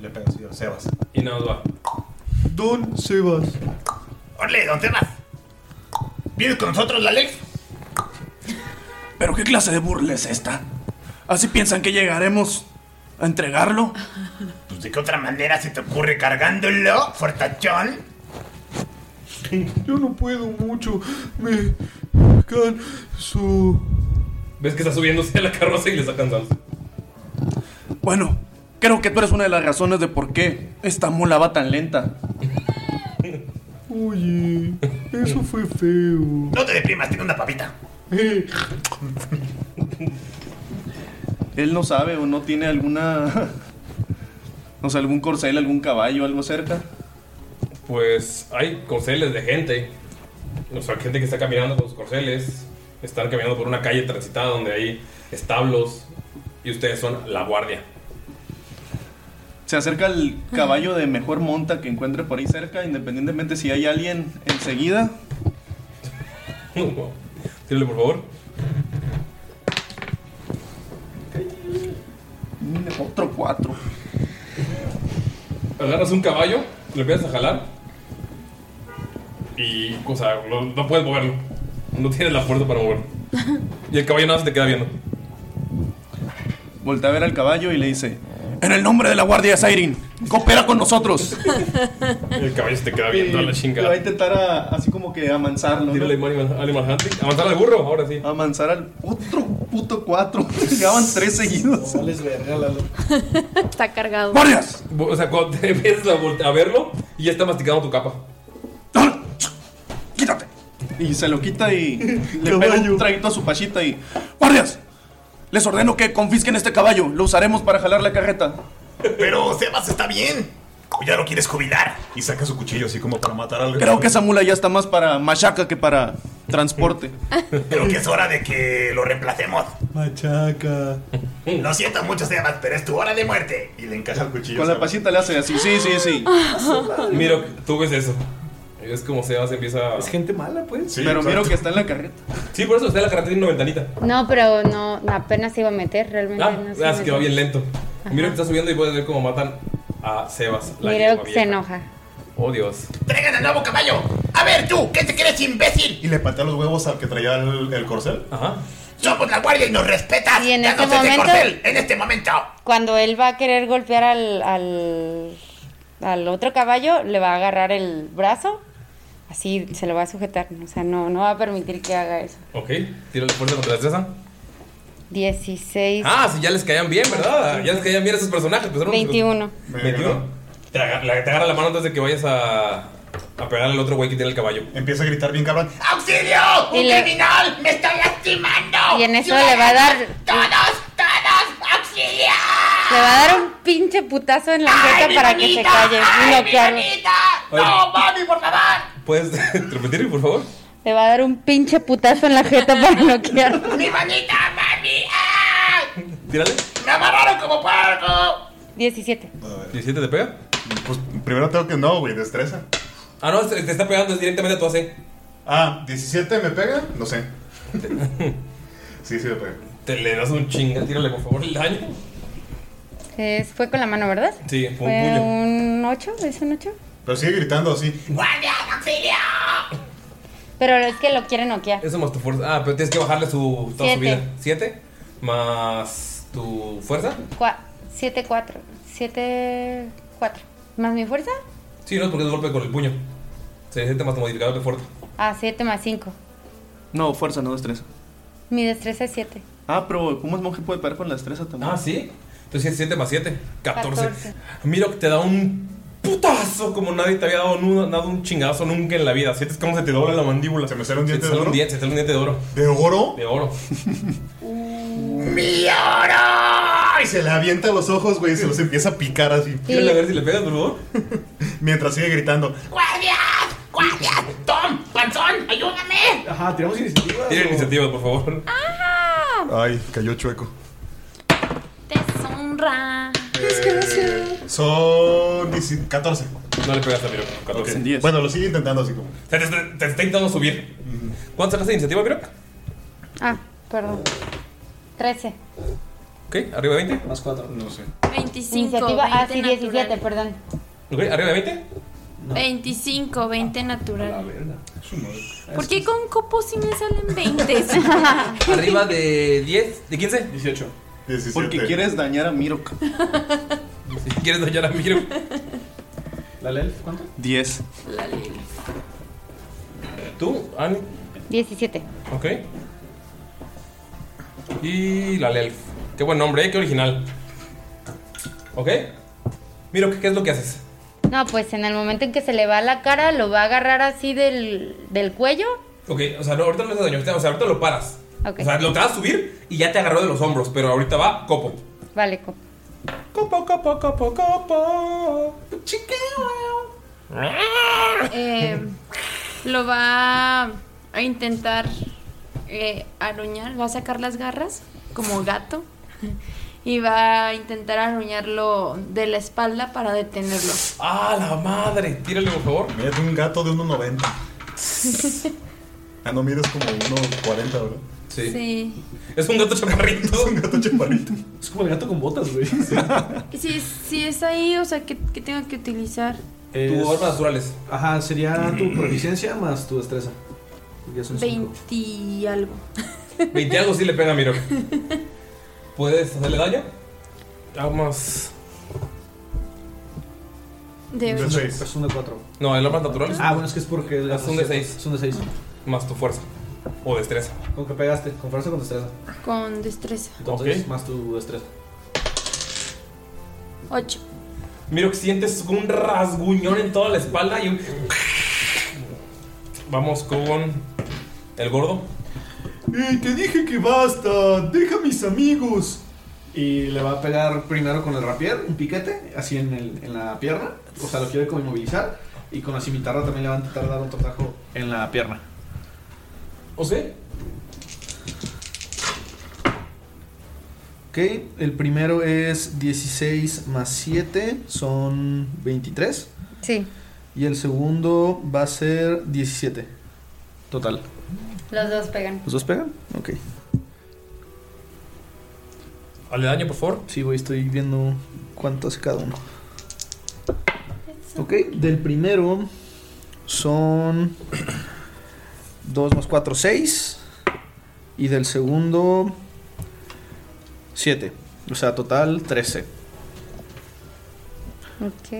Speaker 3: Le pega, señor Sebas.
Speaker 5: Y nada más va.
Speaker 3: Don Sebas.
Speaker 7: Orle, don Sebas. ¿Vienes con nosotros, la Lex?
Speaker 11: ¿Pero qué clase de burla es esta? ¿Así piensan que llegaremos a entregarlo?
Speaker 7: Pues de qué otra manera se te ocurre cargándolo, fortachón.
Speaker 3: Yo no puedo mucho. Me canso.
Speaker 5: ¿Ves que está subiéndose a la carroza y le está cansando?
Speaker 11: Bueno, creo que tú eres una de las razones de por qué esta mula va tan lenta.
Speaker 3: Oye, eso fue feo.
Speaker 7: No te deprimas, tiene una papita.
Speaker 13: Eh,
Speaker 12: Él no sabe o no tiene alguna. No sé, algún corcel, algún caballo, algo cerca.
Speaker 5: Pues hay corceles de gente. O sea, gente que está caminando con sus corceles. Están caminando por una calle transitada donde hay establos. Y ustedes son la guardia.
Speaker 12: Se acerca el caballo de mejor monta que encuentre por ahí cerca, independientemente si hay alguien enseguida.
Speaker 5: Tírale, por favor.
Speaker 12: Otro cuatro.
Speaker 5: Agarras un caballo, lo empiezas a jalar. Y, o sea, no, no puedes moverlo. No tienes la fuerza para moverlo. Y el caballo nada más te queda viendo.
Speaker 11: Voltea a ver al caballo y le dice: En el nombre de la guardia Sairin, coopera con nosotros.
Speaker 5: El caballo se te queda viendo a la
Speaker 12: Le va
Speaker 5: chingada.
Speaker 12: a intentar a- así como que amansarlo. ¿no?
Speaker 5: Tírale animal, animal hunting. Avanzar al burro, ahora sí.
Speaker 12: Amansar al otro puto cuatro. Llegaban tres seguidos.
Speaker 10: Está cargado.
Speaker 5: O sea, cuando te empiezas a, volte- a verlo y ya está masticando tu capa.
Speaker 12: Y se lo quita y le pega un traguito a su pachita y.
Speaker 11: ¡Guardias! Les ordeno que confisquen este caballo. Lo usaremos para jalar la carreta.
Speaker 7: Pero Sebas está bien. O ya lo quieres jubilar. Y saca su cuchillo así como para matar al.
Speaker 11: Creo que esa mula ya está más para machaca que para transporte.
Speaker 7: Creo que es hora de que lo reemplacemos.
Speaker 3: Machaca.
Speaker 7: Lo siento mucho, Sebas, pero es tu hora de muerte. Y le encaja el cuchillo.
Speaker 11: Con la pasita le hace así, sí, sí, sí.
Speaker 5: Mira, tú ves eso. Es como Sebas empieza. Es
Speaker 9: gente mala, pues.
Speaker 5: Pero miro que
Speaker 11: está en la carreta.
Speaker 5: Sí, por eso está en la carreta tiene una ventanita.
Speaker 6: No, pero no, apenas se iba a meter, realmente.
Speaker 5: Ah,
Speaker 6: no se
Speaker 5: así que va
Speaker 6: metió.
Speaker 5: bien lento. Miro que está subiendo y puedes ver cómo matan a Sebas. la yegua
Speaker 6: Miro que se
Speaker 5: vieja.
Speaker 6: enoja.
Speaker 5: Oh, Dios.
Speaker 7: ¡Traigan al nuevo caballo! A ver, tú, ¿qué te crees, imbécil? Y le patea los huevos al que traía el, el corcel.
Speaker 5: Ajá.
Speaker 7: Somos la guardia y nos respetas.
Speaker 6: Y en
Speaker 7: Danos
Speaker 6: este
Speaker 7: ese
Speaker 6: momento-
Speaker 7: corcel en este momento.
Speaker 6: Cuando él va a querer golpear al, al, al otro caballo, le va a agarrar el brazo. Así se lo va a sujetar. O sea, no, no va a permitir que haga eso.
Speaker 5: Ok, tiro la fuerza contra la destreza.
Speaker 6: 16,
Speaker 5: Ah, sí, ya les caían bien, ¿verdad? Ya les caían bien a esos personajes. pues, eran-
Speaker 6: 21.
Speaker 5: 21. Te, aga- la- te agarra la mano antes de que vayas a, a pegarle al otro güey que tiene el caballo.
Speaker 3: Empieza a gritar bien cabrón.
Speaker 7: ¡Auxilio!
Speaker 6: Y
Speaker 7: ¡Oh, ¡Un
Speaker 6: le-
Speaker 7: criminal! ¡Me está lastimando!
Speaker 6: Y en eso le va a dar-
Speaker 7: ¡Todos, todos! ¡Auxilio!
Speaker 6: Le va a dar un pinche putazo en la jeta
Speaker 7: mi
Speaker 6: para que se
Speaker 7: manita!
Speaker 6: calle y
Speaker 7: ¡Ay,
Speaker 6: noquearlo.
Speaker 7: mi manita! ¡No, mami, por favor!
Speaker 5: ¿Puedes repetirme, por favor?
Speaker 6: Le va a dar un pinche putazo en la jeta para noquearlo.
Speaker 7: ¡Mi manita, mami! ¡Ay!
Speaker 5: Tírale.
Speaker 7: ¡Me amarraron como puerco!
Speaker 6: 17.
Speaker 5: ¿17 te pega?
Speaker 3: Pues primero tengo que. No, güey, destreza.
Speaker 5: Ah, no, te te está pegando directamente a tu AC.
Speaker 3: Ah, ¿17 me pega? No sé. sí, sí me pega.
Speaker 5: Te le das un chinga, tírale por favor el daño.
Speaker 6: Es- fue con la mano, ¿verdad?
Speaker 5: Sí,
Speaker 6: Fue
Speaker 5: fue un puño.
Speaker 6: un 8, es un 8.
Speaker 3: Pero sigue gritando así.
Speaker 7: ¡Guardia, auxilio!
Speaker 6: Pero es que lo quiere noquear.
Speaker 5: Eso más tu fuerza. Ah, pero tienes que bajarle su, toda su
Speaker 6: Siete.
Speaker 5: vida. 7 más tu fuerza.
Speaker 6: 7, 4. 7, 4. ¿Más mi fuerza?
Speaker 5: Sí, no, porque es golpe con el puño. Se siente más tu modificador de fuerza.
Speaker 6: Ah, 7 más 5.
Speaker 12: No, fuerza, no destreza.
Speaker 6: Mi destreza es 7.
Speaker 12: Ah, pero ¿cómo es monje puede pegar con la destreza también?
Speaker 5: Ah, sí. Entonces 7 más 7, 14.
Speaker 6: 14.
Speaker 5: Miro que te da un putazo como nadie te había dado, nu- dado un chingazo nunca en la vida. Sientes cómo se te dobla la mandíbula. Se me sale un
Speaker 3: diente de oro?
Speaker 5: Se te sale un diente de oro.
Speaker 3: ¿De oro?
Speaker 5: De oro.
Speaker 7: ¡Mi oro!
Speaker 3: Y se le avienta a los ojos, güey, y se los empieza a picar así.
Speaker 5: Tírale a ver si le pegas, por favor.
Speaker 3: Mientras sigue gritando.
Speaker 7: ¡Guardia! ¡Guardia! ¡Tom! ¡Panzón! ¡Ayúdame!
Speaker 9: Ajá, tiramos iniciativa.
Speaker 5: Tira iniciativa, por favor.
Speaker 3: Ay, cayó chueco.
Speaker 10: Deshonra.
Speaker 3: Son 10 14.
Speaker 5: No le pegas a Miro. 14.
Speaker 3: Bueno, lo sigue intentando así como.
Speaker 5: Se te, te- te está intentando subir. ¿Cuánto sacaste de iniciativa, Miro?
Speaker 6: Ah, perdón. 13.
Speaker 5: Ok, arriba de 20. Más 4, no sé.
Speaker 10: 25.
Speaker 6: Iniciativa. Ah, sí,
Speaker 10: 20 natural.
Speaker 6: 17, perdón.
Speaker 5: Ok, arriba de 20.
Speaker 9: No.
Speaker 10: 25, 20 natural. ¿Por
Speaker 9: Es-
Speaker 10: qué con copo si me salen 20?
Speaker 5: Arriba de 10, de 15.
Speaker 9: 18.
Speaker 12: Porque quieres dañar a Mirok.
Speaker 5: ¿Quieres dañar a Mirok?
Speaker 9: ¿La Lelf cuánto?
Speaker 12: 10.
Speaker 10: La Lelf.
Speaker 5: ¿Tú, Ani?
Speaker 6: 17.
Speaker 5: Ok. Y la Lelf. Qué buen nombre, ¿eh? qué original. ¿Ok? Miro, ¿qué es lo que haces?
Speaker 6: No, pues en el momento en que se le va la cara, lo va a agarrar así del, del cuello.
Speaker 5: Ok, o sea, no, ahorita no le haces daño, ahorita- o sea, ahorita lo paras.
Speaker 6: Ok.
Speaker 5: O sea, lo tratas a subir y ya te agarró de los hombros, pero ahorita va copo.
Speaker 6: Vale, copo.
Speaker 5: Copo, copo, copo, copo.
Speaker 10: Eh, lo va a intentar eh, aruñar, va a sacar las garras como gato y va a intentar aruñarlo de la espalda para detenerlo.
Speaker 5: ¡Ah, la madre! Tírale, por favor.
Speaker 3: Mira, un gato de 1.90. Ah, no, mires como 1.40, ¿verdad?
Speaker 5: Sí.
Speaker 10: Sí.
Speaker 5: Es un gato chaparrito. es
Speaker 3: un gato chaparrito.
Speaker 9: Es como el gato con botas, güey.
Speaker 10: Si, si es ahí, o sea, ¿qué, qué tengo que utilizar?
Speaker 9: Es-
Speaker 5: armas naturales.
Speaker 9: Ajá, sería tu proficiencia más tu destreza. Ya son cinco.
Speaker 10: 20 y algo.
Speaker 5: 20 algo sí le pega a Miro. ¿Puedes hacerle daño? Armas.
Speaker 10: De
Speaker 5: De
Speaker 10: verdad.
Speaker 5: seis.
Speaker 9: Es un de 4.
Speaker 5: No, el armas naturales.
Speaker 9: Ah, bueno, es que es porque.
Speaker 5: Es un de 6.
Speaker 9: Es un de 6.
Speaker 5: Más tu fuerza. O destreza.
Speaker 9: Con que pegaste, con fuerza o con destreza.
Speaker 10: Con destreza.
Speaker 9: Entonces, más tu destreza.
Speaker 10: 8.
Speaker 5: Miro que sientes un rasguñón en toda la espalda y un. Vamos con. El gordo.
Speaker 9: Eh, te dije que basta, deja a mis amigos. Y le va a pegar primero con el rapier, un piquete, así en, el- en la pierna. O sea, lo quiere como inmovilizar. Y con la cimitarra también le va a intentar dar otro tajo en la pierna.
Speaker 5: ¿O sea?
Speaker 9: Ok, el primero es 16 más 7, son 23.
Speaker 6: Sí.
Speaker 9: Y el segundo va a ser 17. Total.
Speaker 6: Los dos pegan.
Speaker 9: ¿Los dos pegan? Ok.
Speaker 5: Hazle daño, por favor.
Speaker 9: Sí, güey, estoy viendo cuánto hace cada uno. Ok, del primero son 2 más 4, 6. Y del segundo, 7. O sea, total 13.
Speaker 6: Ok.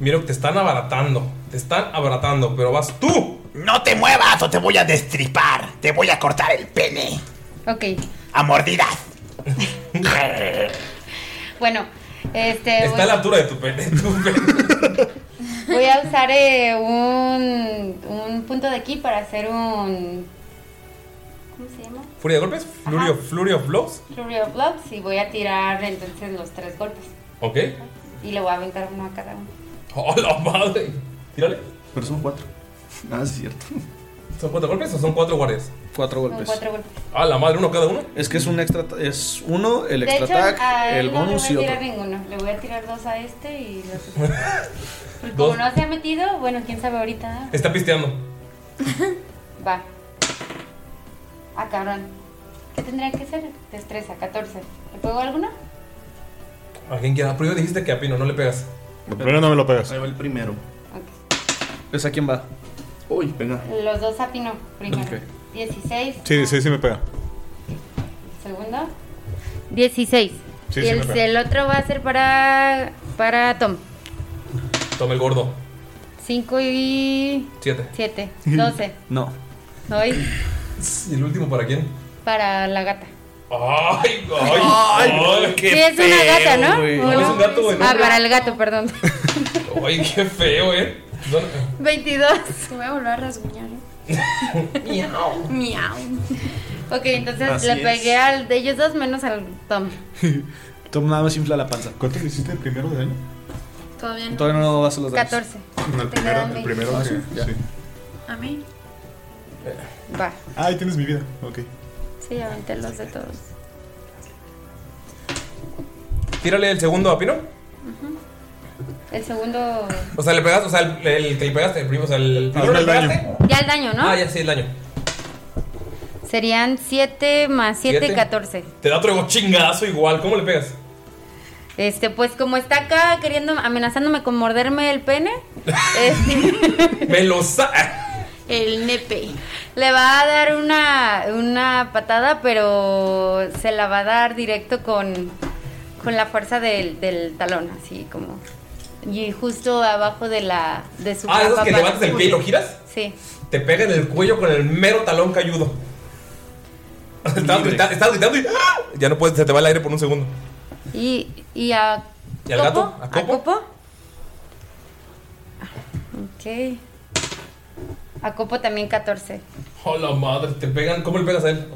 Speaker 5: Miro que te están abaratando. Te están abaratando, pero vas tú. ¡No te muevas o te voy a destripar! ¡Te voy a cortar el pene!
Speaker 6: Ok.
Speaker 5: ¡A mordidas!
Speaker 6: Bueno, este.
Speaker 5: Está a
Speaker 6: Voy,
Speaker 5: la altura de tu pene. tu pene.
Speaker 6: voy a usar eh, un, un punto de aquí para hacer un. ¿Cómo se llama?
Speaker 5: ¿Furia de golpes? ¿Flurry of, flurry of blows?
Speaker 6: Flurry of Blows y voy a tirar entonces los tres golpes.
Speaker 5: Ok.
Speaker 6: Y le voy a aventar uno a cada uno.
Speaker 5: ¡Oh, la madre! Tírale.
Speaker 12: Pero son cuatro. Ah, es cierto.
Speaker 5: ¿Son cuatro golpes o son cuatro guardias?
Speaker 9: Cuatro
Speaker 6: Son cuatro golpes.
Speaker 5: ¡Ah, la madre! ¿Uno cada uno?
Speaker 9: Es que es un extra. Es uno, el
Speaker 6: de
Speaker 9: extra
Speaker 6: hecho,
Speaker 9: attack,
Speaker 6: a él
Speaker 9: el
Speaker 6: no
Speaker 9: bonus
Speaker 6: le
Speaker 9: y
Speaker 6: voy a
Speaker 9: otro.
Speaker 6: tirar ninguno. Le voy a tirar dos a este y los otros. Porque como
Speaker 5: Dos.
Speaker 6: no se ha metido, bueno, quién sabe ahorita.
Speaker 5: Está pisteando.
Speaker 6: Va. Ah, cabrón. ¿Qué tendría que ser? Destreza, 14. ¿Le pego alguno?
Speaker 5: Alguien quiera. Primero dijiste que a Pino no le pegas.
Speaker 3: Primero no me lo pegas.
Speaker 12: Ahí va el primero. Pues,
Speaker 9: ¿Es a quién va?
Speaker 12: Uy, pega.
Speaker 6: Los dos a Pino primero.
Speaker 3: Ok.
Speaker 6: 16.
Speaker 3: Sí, sí, sí me pega.
Speaker 6: Segundo. 16.
Speaker 3: Sí,
Speaker 6: y
Speaker 3: sí,
Speaker 6: el,
Speaker 3: me pega.
Speaker 6: el otro va a ser para, para Tom.
Speaker 5: Toma el gordo.
Speaker 6: 5 y
Speaker 5: Siete.
Speaker 6: 7. 12.
Speaker 9: No.
Speaker 6: Hoy
Speaker 5: ¿Y el último para quién?
Speaker 6: para la gata.
Speaker 5: ¡Ay, ay!
Speaker 6: Ay,
Speaker 5: ay qué
Speaker 6: sí, es una
Speaker 5: feo,
Speaker 6: gata, ¿no?
Speaker 5: güey.
Speaker 6: ¿O
Speaker 5: No, es un gato, güey.
Speaker 6: Ah, para el gato, perdón.
Speaker 5: ¡Ay, qué feo, eh! ¿Dónde-
Speaker 6: 22.
Speaker 10: Se voy a volver a rasguñar. ¿eh?
Speaker 5: Miau.
Speaker 10: Miau.
Speaker 6: Ok, entonces
Speaker 9: Así
Speaker 6: le
Speaker 9: es.
Speaker 6: pegué al de ellos dos menos al Tom.
Speaker 9: Tom nada más infla la panza. ¿Cuánto le hiciste el primero de daño?
Speaker 10: Todavía no.
Speaker 9: Todavía no vas a los daños.
Speaker 6: 14.
Speaker 3: el
Speaker 6: Te
Speaker 3: primero,
Speaker 6: quedan
Speaker 3: el
Speaker 6: 20.
Speaker 3: primero.
Speaker 9: Ah,
Speaker 3: que-
Speaker 9: sí, ya.
Speaker 3: sí.
Speaker 10: A mí.
Speaker 6: Va.
Speaker 3: Ah, ahí tienes mi vida. Ok.
Speaker 10: Sí, ya aventé los de todos.
Speaker 5: Tírale el segundo a Pino.
Speaker 6: El segundo.
Speaker 5: O sea, le pegaste, o sea, el, el que le pegaste, el primo, o sea, el primero le pegaste.
Speaker 6: Ya el daño, ¿no?
Speaker 5: Ah, ya sí, el daño.
Speaker 6: Serían 7 más 7,
Speaker 5: Siete.
Speaker 6: 14.
Speaker 5: Te da otro chingadazo igual. ¿Cómo le pegas?
Speaker 6: Este, pues como está acá queriendo, amenazándome con morderme el pene,
Speaker 5: Me lo sa- ah,
Speaker 6: el nepe, le va a dar una, una patada, pero se la va a dar directo con, con la fuerza del, del talón, así como. Y justo abajo de la de su
Speaker 5: Ah, esos
Speaker 6: capa
Speaker 5: que
Speaker 6: para-
Speaker 5: levantas el pie y lo giras.
Speaker 6: Sí.
Speaker 5: Te pega en el cuello con el mero talón cayudo. Estabas grita- estabas gritando, y ¡ah! ya no puedes, se te va el aire por un segundo.
Speaker 6: Y, y a.
Speaker 5: ¿Y al
Speaker 6: Copo?
Speaker 5: gato? ¿A Copo?
Speaker 6: ¿A Copo? Ah, Ok. A Copo también 14.
Speaker 5: Hola madre, te pegan, ¿cómo le pegas a él?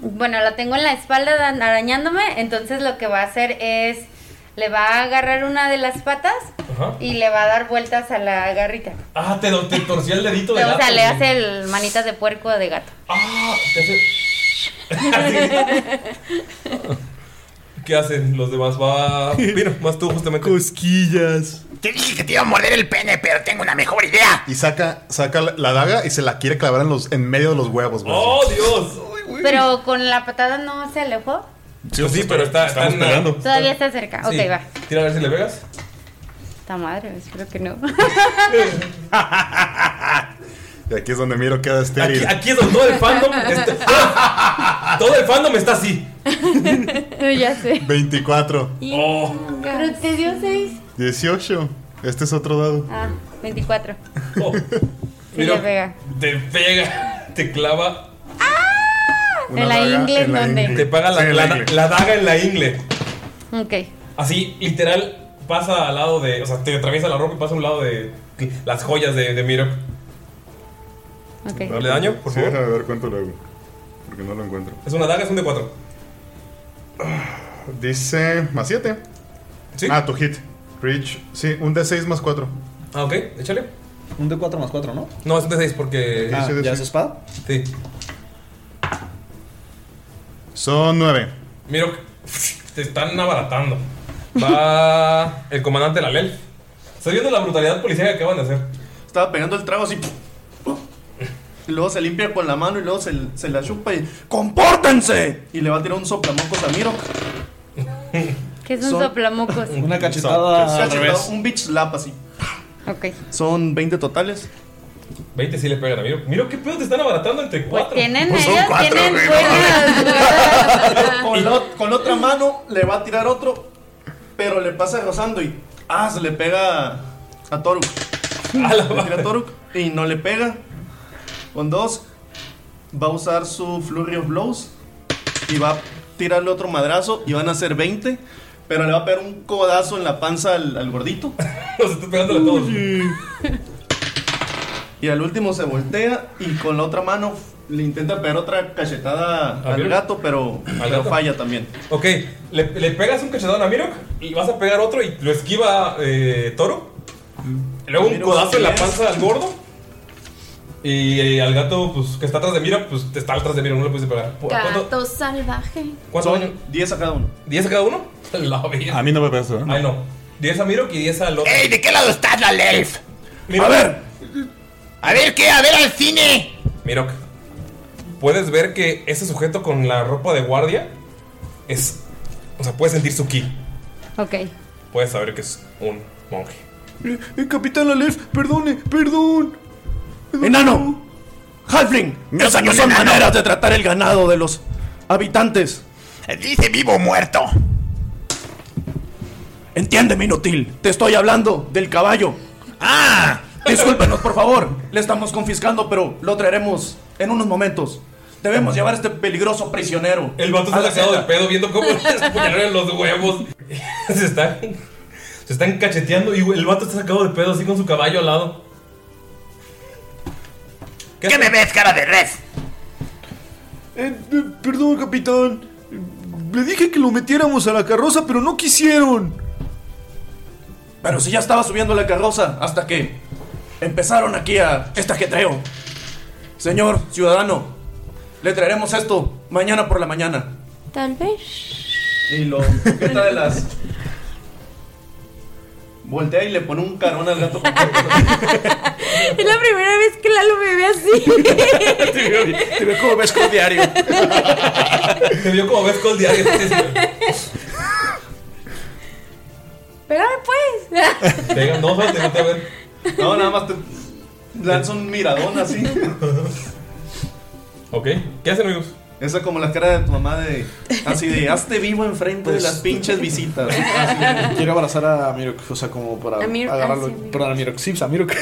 Speaker 6: Bueno, la tengo en la espalda da- arañándome, entonces lo que va a hacer es. Le va a agarrar una de las patas
Speaker 5: Ajá.
Speaker 6: y le va a dar vueltas a la garrita.
Speaker 5: Ah, te, te torció el dedito de
Speaker 6: o
Speaker 5: gato,
Speaker 6: sea, le
Speaker 5: güey.
Speaker 6: hace el manitas de puerco o de gato.
Speaker 5: Ah, te hace- ¿Qué hacen los demás? Va. Mira, más tú justamente.
Speaker 3: Cosquillas.
Speaker 7: Te dije que te iba a morder el pene, pero tengo una mejor idea.
Speaker 3: Y saca, saca la- la daga y se la quiere clavar en, los, en medio de los huevos, güey.
Speaker 5: ¡Oh, Dios!
Speaker 6: Pero con la patada no se alejó.
Speaker 5: Sí, sí, pero está, están
Speaker 3: Estamos pegando.
Speaker 6: Todavía está cerca.
Speaker 5: Sí.
Speaker 6: Ok, va.
Speaker 5: Tira a ver si le pegas.
Speaker 6: Está madre, espero que no.
Speaker 3: Y aquí es donde miro queda
Speaker 5: Aquí,
Speaker 3: estéril.
Speaker 5: aquí es donde todo el fandom. está- todo el fandom está así.
Speaker 6: ya sé.
Speaker 3: 24,
Speaker 5: Oh.
Speaker 6: Pero te dio 6.
Speaker 3: 18. Este es otro dado.
Speaker 6: Ah, 24. Sí
Speaker 5: Oh. Mira.
Speaker 6: le pega.
Speaker 5: Te pega, te clava.
Speaker 6: Una Ah, En la daga ingle, en la ¿dónde? ingle.
Speaker 5: Te paga la,
Speaker 3: Sí, en la
Speaker 5: la-
Speaker 3: ingle.
Speaker 5: la daga en la ingle.
Speaker 6: Ok.
Speaker 5: Así, literal, pasa al lado de. O sea, te atraviesa la ropa y pasa a un lado de las joyas de, de Miro.
Speaker 6: Ok.
Speaker 5: ¿Darle daño, por
Speaker 3: Sí,
Speaker 5: favor?
Speaker 3: déjame ver cuánto le hago. Porque no lo encuentro.
Speaker 5: Es una daga, es un de 4.
Speaker 3: Dice más 7. Ah, tu hit. Reach. Sí, un D6 más 4.
Speaker 5: Ah, ok, échale.
Speaker 9: Un D4 más 4, ¿no?
Speaker 5: No, es un de 6 porque.
Speaker 9: Ah, ¿ya es espada?
Speaker 5: Sí.
Speaker 3: Son 9.
Speaker 5: Miro, te están abaratando. Va el comandante Lalel. ¿Estás viendo la brutalidad policial que acaban de hacer?
Speaker 12: Estaba pegando el trago así. Y luego se limpia con la mano y luego se, se la chupa y. ¡Compórtense! Y le va a tirar un soplamocos a Miro.
Speaker 6: ¿Qué es un
Speaker 12: Son-
Speaker 6: soplamocos?
Speaker 12: Cachetada, un bitch slap así.
Speaker 6: Ok.
Speaker 12: Son 20 totales.
Speaker 5: 20 sí le pegan a Miro. Miro, qué pedo te están abaratando entre 4.
Speaker 6: Tienen
Speaker 12: Pues son
Speaker 6: ellos,
Speaker 12: cuatro,
Speaker 6: tienen
Speaker 12: güey,
Speaker 6: buenas.
Speaker 12: Con, la ot- con la otra mano le va a tirar otro, pero le pasa rozando y. ¡Ah! Se le pega a Toruk. Le tira a Toruk y no le pega. Con dos, va a usar su Flurry of Blows y va a tirarle otro madrazo y van a ser 20. Pero le va a pegar un codazo en la panza al, al gordito.
Speaker 5: Los estoy pegando a todos.
Speaker 12: Y al último se voltea y con la otra mano le intenta pegar otra cachetada
Speaker 5: ¿A
Speaker 12: al
Speaker 5: Mirok?
Speaker 12: gato, pero, pero
Speaker 5: gato?
Speaker 12: falla también.
Speaker 5: Ok, le, le pegas un cachetadón a Miro y vas a pegar otro y lo esquiva eh, Toro.
Speaker 12: Mm.
Speaker 5: Luego un
Speaker 12: Miro,
Speaker 5: codazo en la
Speaker 12: yes.
Speaker 5: panza al gordo. Y eh, al gato pues, que está atrás de Miro, pues te está atrás de Miro, no le puedes pegar. ¿Cu- ¿Cuánto,
Speaker 10: Gato salvaje.
Speaker 5: cuánto
Speaker 12: Son
Speaker 5: daño?
Speaker 12: 10 a cada uno.
Speaker 5: ¿10 a cada uno? La verga.
Speaker 3: A mí no me pasó. ¿eh?
Speaker 5: Ay, no. 10 a Miro y 10 al otro.
Speaker 14: ¡Ey! ¿De qué lado estás, la Lelf?
Speaker 5: Miro, a ver.
Speaker 14: A ver qué, a ver al cine.
Speaker 5: Mirok, puedes ver que ese sujeto con la ropa de guardia es. O sea, puedes sentir su ki.
Speaker 6: Ok.
Speaker 5: Puedes saber que es un monje.
Speaker 13: Eh,
Speaker 12: Capitán Aleph, perdone, perdón.
Speaker 11: ¡Enano! ¡Halfling!
Speaker 12: No
Speaker 11: ¡Esas
Speaker 12: soy
Speaker 11: no
Speaker 12: un
Speaker 11: son
Speaker 12: enano.
Speaker 11: maneras de tratar el ganado de los habitantes!
Speaker 14: Eh, Dice vivo o muerto.
Speaker 11: Entiéndeme, inútil. Te estoy hablando del caballo. ¡Ah! Discúlpenos, por favor. Le estamos confiscando, pero lo traeremos en unos momentos. Debemos llevar a este peligroso prisionero.
Speaker 5: El vato
Speaker 11: a
Speaker 9: Ah,
Speaker 5: está
Speaker 11: la
Speaker 5: sacado de
Speaker 11: celda.
Speaker 5: pedo viendo cómo le apuñalan los huevos. Se están, se están cacheteando y el vato está sacado de pedo así con su caballo al lado. ¿Qué, me
Speaker 14: ves, cara de res?
Speaker 13: Eh, perdón, capitán. Le dije que lo metiéramos a la carroza, pero no quisieron.
Speaker 11: Pero si ya estaba subiendo la carroza hasta que empezaron aquí a este ajetreo. Señor ciudadano, le traeremos esto mañana por la mañana.
Speaker 10: Tal vez.
Speaker 12: Y lo coqueta de las. Voltea y le pone un carón al gato.
Speaker 10: Es la primera vez que Lalo me ve así.
Speaker 11: Te veo, te veo como ves con diario.
Speaker 5: Te vio como ves con diario.
Speaker 10: pues.
Speaker 5: Pega- No, espérate, voltea a ver.
Speaker 12: No, nada más te lanza un miradón así.
Speaker 5: Ok, ¿qué hacen amigos?
Speaker 12: Esa como la cara de tu mamá de... Así de, hazte vivo enfrente
Speaker 5: Pues,
Speaker 12: de las pinches visitas. Así.
Speaker 9: Pues, Quiero abrazar a Mirok, o sea, como para
Speaker 12: A Mirok,
Speaker 9: agarrarlo.
Speaker 12: ah, sí,
Speaker 9: Perdón, a Mirok. Sí, pues, a Mirok.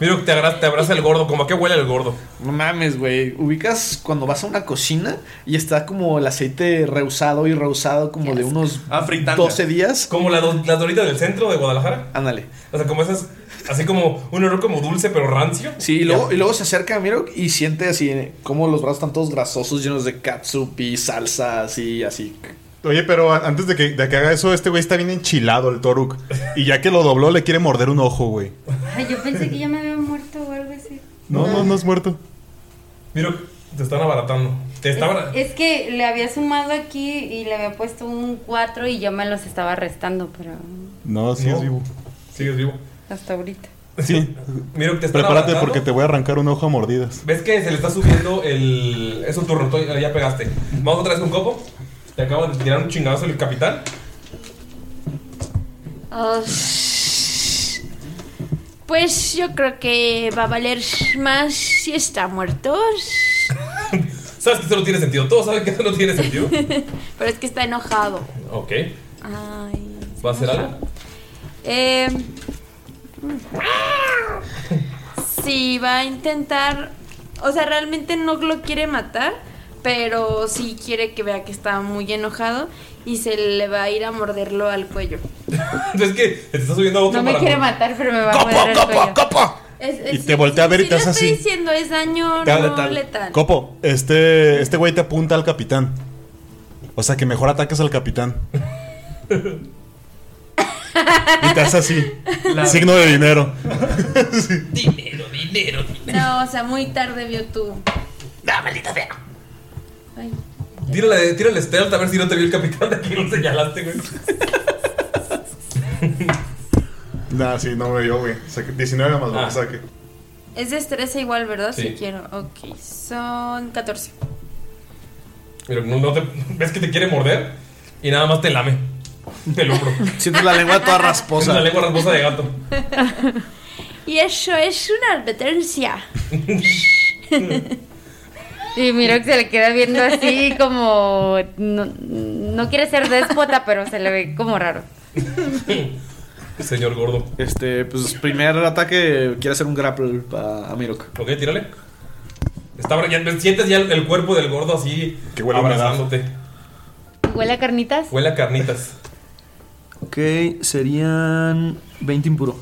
Speaker 5: Mira, que te abraza, te abraza el gordo, como a qué huele el gordo.
Speaker 9: No mames, güey. Ubicas cuando vas a una cocina y está como el aceite rehusado y rehusado como de unos 12 días.
Speaker 5: Ah, Como la do- las doritas del centro de Guadalajara.
Speaker 9: Ándale.
Speaker 5: O sea, como esas, así como un olor como dulce pero rancio.
Speaker 9: Sí, y luego, y luego se acerca a Mirok y siente así como los brazos están todos grasosos, llenos de catsup y salsas y así.
Speaker 3: Oye, pero a- antes de que, de que haga eso, este güey está bien enchilado, el Toruk. Y ya que lo dobló, le quiere morder un ojo, güey.
Speaker 6: Ay, yo pensé que ya me había muerto o algo así.
Speaker 3: No, no, no es muerto.
Speaker 5: Mira, te están abaratando. Te está abara-
Speaker 6: Es que le había sumado aquí y le había puesto un 4 y yo me los estaba restando, pero
Speaker 3: No, sí es vivo.
Speaker 5: Sigues vivo.
Speaker 6: hasta ahorita.
Speaker 3: Sí.
Speaker 5: Miro que te están
Speaker 3: Prepárate
Speaker 5: abrazando.
Speaker 3: porque te voy a arrancar un ojo a mordidas.
Speaker 5: ¿Ves que se le está subiendo el. Es un turno, estoy- ya pegaste. Vamos otra vez con Copo. Te acabo de tirar un chingazo el capitán.
Speaker 10: Ah, pues yo creo que va a valer más si está muerto.
Speaker 5: Sabes que eso no tiene sentido. Todos saben que eso no tiene sentido.
Speaker 10: Pero es que está enojado.
Speaker 5: Ok.
Speaker 10: Ay.
Speaker 5: ¿Va a hacer algo?
Speaker 10: Eh, sí, va a intentar. O sea, realmente no lo quiere matar, pero sí quiere que vea que está muy enojado y se le va a ir a morderlo al cuello.
Speaker 5: Entonces que te está subiendo a otro
Speaker 10: No me
Speaker 5: para-
Speaker 10: quiere matar, pero me va a morder el cuello. Es- es-
Speaker 3: Y te voltea a ver y
Speaker 10: sí
Speaker 3: te
Speaker 10: lo
Speaker 3: hace
Speaker 10: estoy
Speaker 3: así.
Speaker 10: diciendo, es daño
Speaker 3: Te-
Speaker 10: no letal.
Speaker 3: Copo, este este güey te apunta al capitán. O sea que mejor ataques al capitán. Y te hace así.
Speaker 10: La-
Speaker 3: Signo de dinero.
Speaker 10: No, o sea, muy tarde vio tú.
Speaker 14: No, maldita sea.
Speaker 5: Tírale, tírale stealth a ver si no te vio el capitán de aquí lo señalaste, güey.
Speaker 3: Nah, sí, no me vio, güey. O sea, que 19 más lo que saque.
Speaker 10: Es destreza igual, ¿verdad?
Speaker 3: Sí.
Speaker 10: Si quiero. Ok, son 14.
Speaker 5: Pero no, no te. ¿Ves que te quiere morder? Y nada más te lame. Te lo
Speaker 9: Sientes la lengua toda rasposa.
Speaker 5: la lengua rasposa de gato.
Speaker 10: Y eso es una advertencia.
Speaker 6: Y Mirok se le queda viendo así como no, no quiere ser déspota, pero se le ve como raro.
Speaker 5: Señor gordo.
Speaker 9: Este, pues primer ataque quiere hacer un grapple pa- a Mirok.
Speaker 5: Ok, tírale. Está, abra- ya, sientes ya el, el cuerpo del gordo así
Speaker 9: huele a humedad.
Speaker 5: abrazándote.
Speaker 6: ¿Huele a carnitas?
Speaker 5: Huele a carnitas.
Speaker 9: Ok, serían 20 impuro.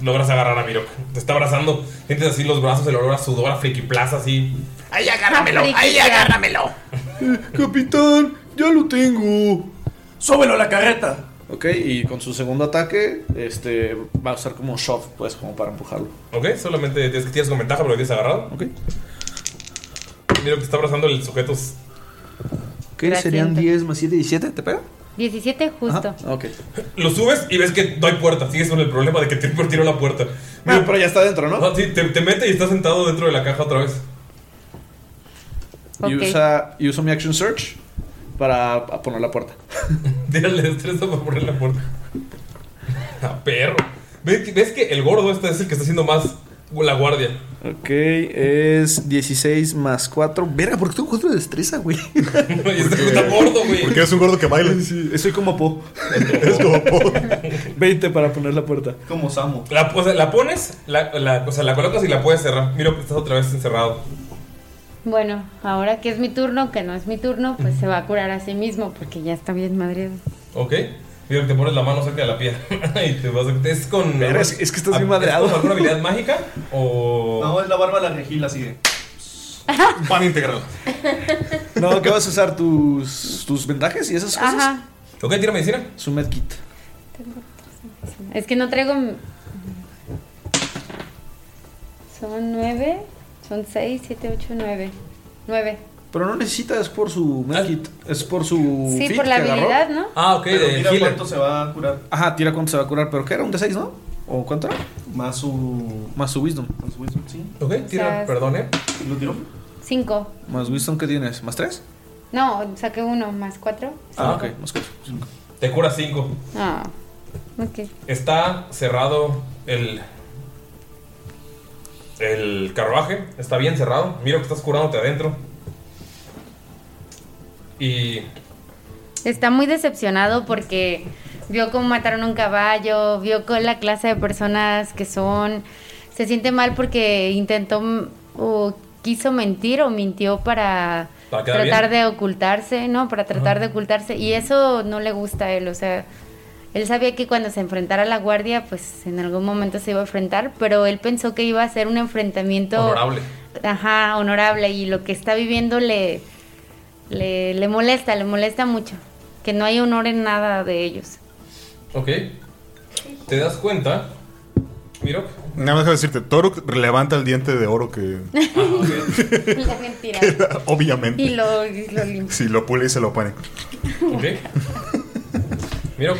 Speaker 5: Logras agarrar a Mirok. Te está abrazando. Sientes así los brazos, el olor a sudor, a friki plaza, así.
Speaker 14: Ahí agárramelo, ahí agárramelo.
Speaker 13: Eh,
Speaker 9: capitán, ya lo tengo. Sóbelo a la carreta. Ok, y con su segundo ataque, este va a usar como shove, pues, como para empujarlo.
Speaker 5: Ok, solamente tienes que tienes con ventaja porque tienes agarrado.
Speaker 9: Ok.
Speaker 5: Mirok te está abrazando el sujeto.
Speaker 9: Ok, serían 10 más 7, 17, ¿te pega?
Speaker 6: 17 justo.
Speaker 9: Ok.
Speaker 5: Lo subes y ves que no hay puerta. Sigues con el problema de que te tiró la puerta.
Speaker 9: Ah,
Speaker 5: Ah,
Speaker 9: pero ya está dentro, ¿no?
Speaker 5: sí, te, te mete y está sentado dentro de la caja otra vez.
Speaker 9: Y,
Speaker 5: Ok.
Speaker 9: usa, y uso mi action search para a poner la puerta.
Speaker 5: Dale destreza para poner la puerta. A perro. ¿Ves que, ves que el gordo este es el que está haciendo más la guardia.
Speaker 9: Ok, es 16 más 4. Verga, ¿por qué tengo 4 de destreza, güey?
Speaker 5: Está gordo, este güey.
Speaker 3: Porque eres un gordo que baila.
Speaker 9: soy como Po. es como Po. 20 para poner la puerta.
Speaker 12: Como Samo.
Speaker 5: La, o sea, la pones, la, la, o sea, la colocas y la puedes cerrar. Mira que estás otra vez encerrado.
Speaker 6: Bueno, ahora que es mi turno, que no es mi turno, pues se va a curar a sí mismo porque ya está bien madreado.
Speaker 5: ¿Ok? Mira que te pones la mano cerca de la pierna y te vas a... Es con...
Speaker 9: Pero es-
Speaker 5: que estás bien madreado. ¿Alguna habilidad mágica o...?
Speaker 12: No, es la barba de la regila así de...
Speaker 5: Pan integrado.
Speaker 9: No, ¿qué vas a usar? ¿Tus, tus ventajas y esas cosas?
Speaker 6: Ajá.
Speaker 5: Ok, tira medicina.
Speaker 9: Su medkit.
Speaker 6: Es que no traigo. m- Son 9, son 6, 7, 8, 9. 9.
Speaker 9: Pero no necesitas por su medkit. Es por su.
Speaker 6: Sí,
Speaker 9: feat
Speaker 6: por la
Speaker 9: que agarró.
Speaker 6: habilidad, ¿no?
Speaker 5: Ah, ok,
Speaker 9: Pero
Speaker 5: de
Speaker 9: mira
Speaker 5: healer.
Speaker 9: cuánto
Speaker 12: se va a curar.
Speaker 9: Ajá, tira cuánto se va a curar. ¿Pero qué era? ¿Un de 6, no? ¿O cuánto era?
Speaker 12: Más su.
Speaker 9: Más su wisdom.
Speaker 12: Más su wisdom, sí.
Speaker 5: Ok,
Speaker 6: tira, O sea, perdón,
Speaker 5: ¿eh?
Speaker 12: ¿Lo tiró?
Speaker 6: 5.
Speaker 9: ¿Más wisdom qué tienes? ¿Más 3?
Speaker 6: No, saqué 1 más 4.
Speaker 5: Ah, ok.
Speaker 9: Más 4.
Speaker 5: Te cura 5.
Speaker 6: Ah. Ok.
Speaker 5: Está cerrado el. El carruaje. Está bien cerrado. Miro que estás curándote adentro. Y.
Speaker 6: Está muy decepcionado porque vio cómo mataron un caballo, vio con la clase de personas que son. Se siente mal porque intentó mm, o quiso mentir o mintió para
Speaker 5: Para quedar
Speaker 6: tratar
Speaker 5: bien.
Speaker 6: de ocultarse, ¿no? Para tratar de ocultarse. Y eso no le gusta a él, o sea. Él sabía que cuando se enfrentara a la guardia, pues en algún momento se iba a enfrentar, pero él pensó que iba a ser un enfrentamiento
Speaker 5: Honorable.
Speaker 6: Ajá, honorable. Y lo que está viviendo le, le, le molesta, le molesta mucho. Que no hay honor en nada de ellos.
Speaker 5: Ok. Te das cuenta. Miro.
Speaker 3: Nada más déjame decirte, Toruk levanta el diente de oro que,
Speaker 6: La mentira.
Speaker 3: que da, obviamente.
Speaker 6: Y lo, y lo limpia.
Speaker 3: Si lo pule y se lo pone.
Speaker 5: Ok. Miro.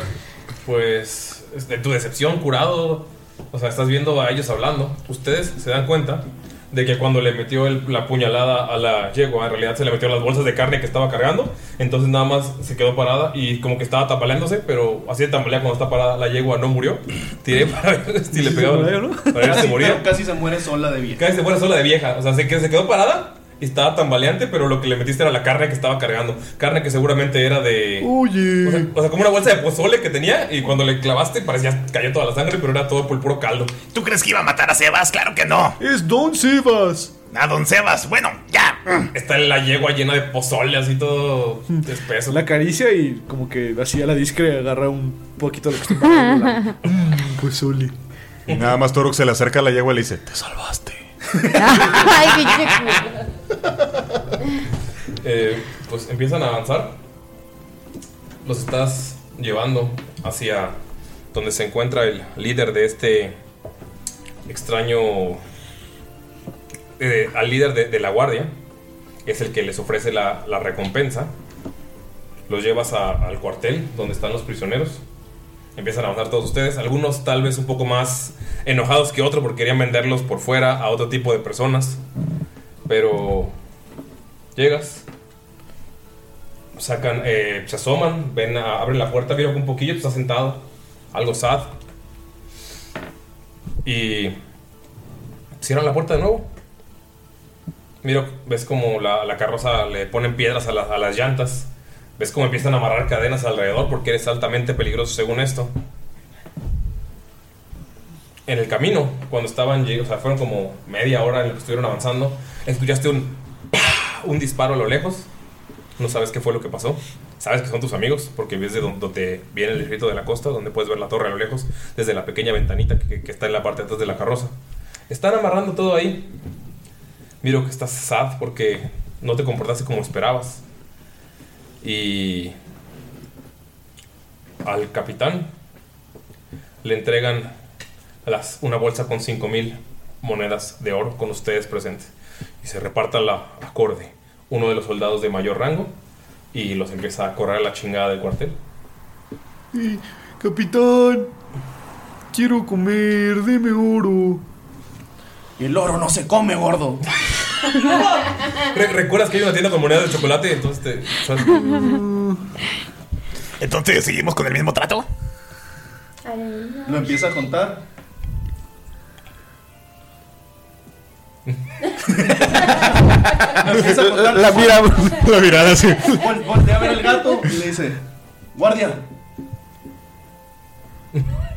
Speaker 5: Pues. es De tu decepción curado. O sea, estás viendo a ellos hablando. Ustedes se dan cuenta de que cuando le metió el- la puñalada a la yegua, en realidad se le metió las bolsas de carne que estaba cargando. Entonces nada más se quedó parada y como que estaba tambaleándose, pero así de tambalea cuando está parada la yegua no murió. Tiré para ver si le pegaba. Para ver si se
Speaker 12: Casi,
Speaker 5: moría.
Speaker 12: pero casi se muere sola de vieja.
Speaker 5: Casi se muere sola de vieja. O sea, se, que- se quedó parada y estaba tambaleante, pero lo que le metiste era la carne que estaba cargando. Carne que seguramente era de.
Speaker 13: Oye.
Speaker 5: O sea, o sea, como una bolsa de pozole que tenía y cuando le clavaste parecía cayó toda la sangre, pero era todo por el puro caldo.
Speaker 7: ¿Tú crees que iba a matar a Sebas? Claro que no.
Speaker 13: Es Don Sebas.
Speaker 7: A Don Sebas. Bueno, ya.
Speaker 5: Está la yegua llena de pozole, así todo espeso.
Speaker 9: Hmm. La acaricia y como que así a la discre agarra un poquito de lo que está pasando.
Speaker 3: Pues Uli. Y nada más Toruk se le acerca a la yegua y le dice: Te salvaste.
Speaker 6: Ay, pinche culo.
Speaker 5: Eh, pues empiezan a avanzar. Los estás llevando hacia donde se encuentra el líder de este extraño... eh, al líder de, de la guardia. Es el que les ofrece la, la recompensa. Los llevas a- al cuartel donde están los prisioneros. Empiezan a avanzar todos ustedes. Algunos tal vez un poco más enojados que otros porque querían venderlos por fuera a otro tipo de personas. Pero Llegas. Sacan, eh, se asoman, ven, a- abren la puerta, vieron que un poquillo, tú estás sentado, algo sad. Y cierran la puerta de nuevo. Miro, ves como la, la carroza le ponen piedras a, la- a las llantas. Ves como empiezan a amarrar cadenas alrededor porque eres altamente peligroso según esto. En el camino, cuando estaban, lleg- o sea, fueron como media hora en lo que estuvieron avanzando, escuchaste un un disparo a lo lejos. No sabes qué fue lo que pasó. Sabes que son tus amigos, porque ves de don- donde viene el distrito de la costa, donde puedes ver la torre a lo lejos, desde la pequeña ventanita que, que está en la parte de atrás de la carroza. Están amarrando todo ahí. Miro que estás sad porque no te comportaste como esperabas. Y al capitán le entregan las, una bolsa con 5 mil monedas de oro con ustedes presentes. Y se reparta la acorde. Uno de los soldados de mayor rango y los empieza a correr a la chingada del cuartel.
Speaker 13: Eh, capitán, quiero comer, deme oro.
Speaker 11: El oro no se come, gordo.
Speaker 5: Re- ¿Recuerdas que hay una tienda con monedas de chocolate? Entonces te. ¿sabes?
Speaker 7: Entonces, ¿seguimos con el mismo trato?
Speaker 13: Ah,
Speaker 12: Lo empieza a contar. empieza a contar.
Speaker 3: La mirada, la mirada así.
Speaker 12: Vol- voltea a ver al gato y le dice: Guardia,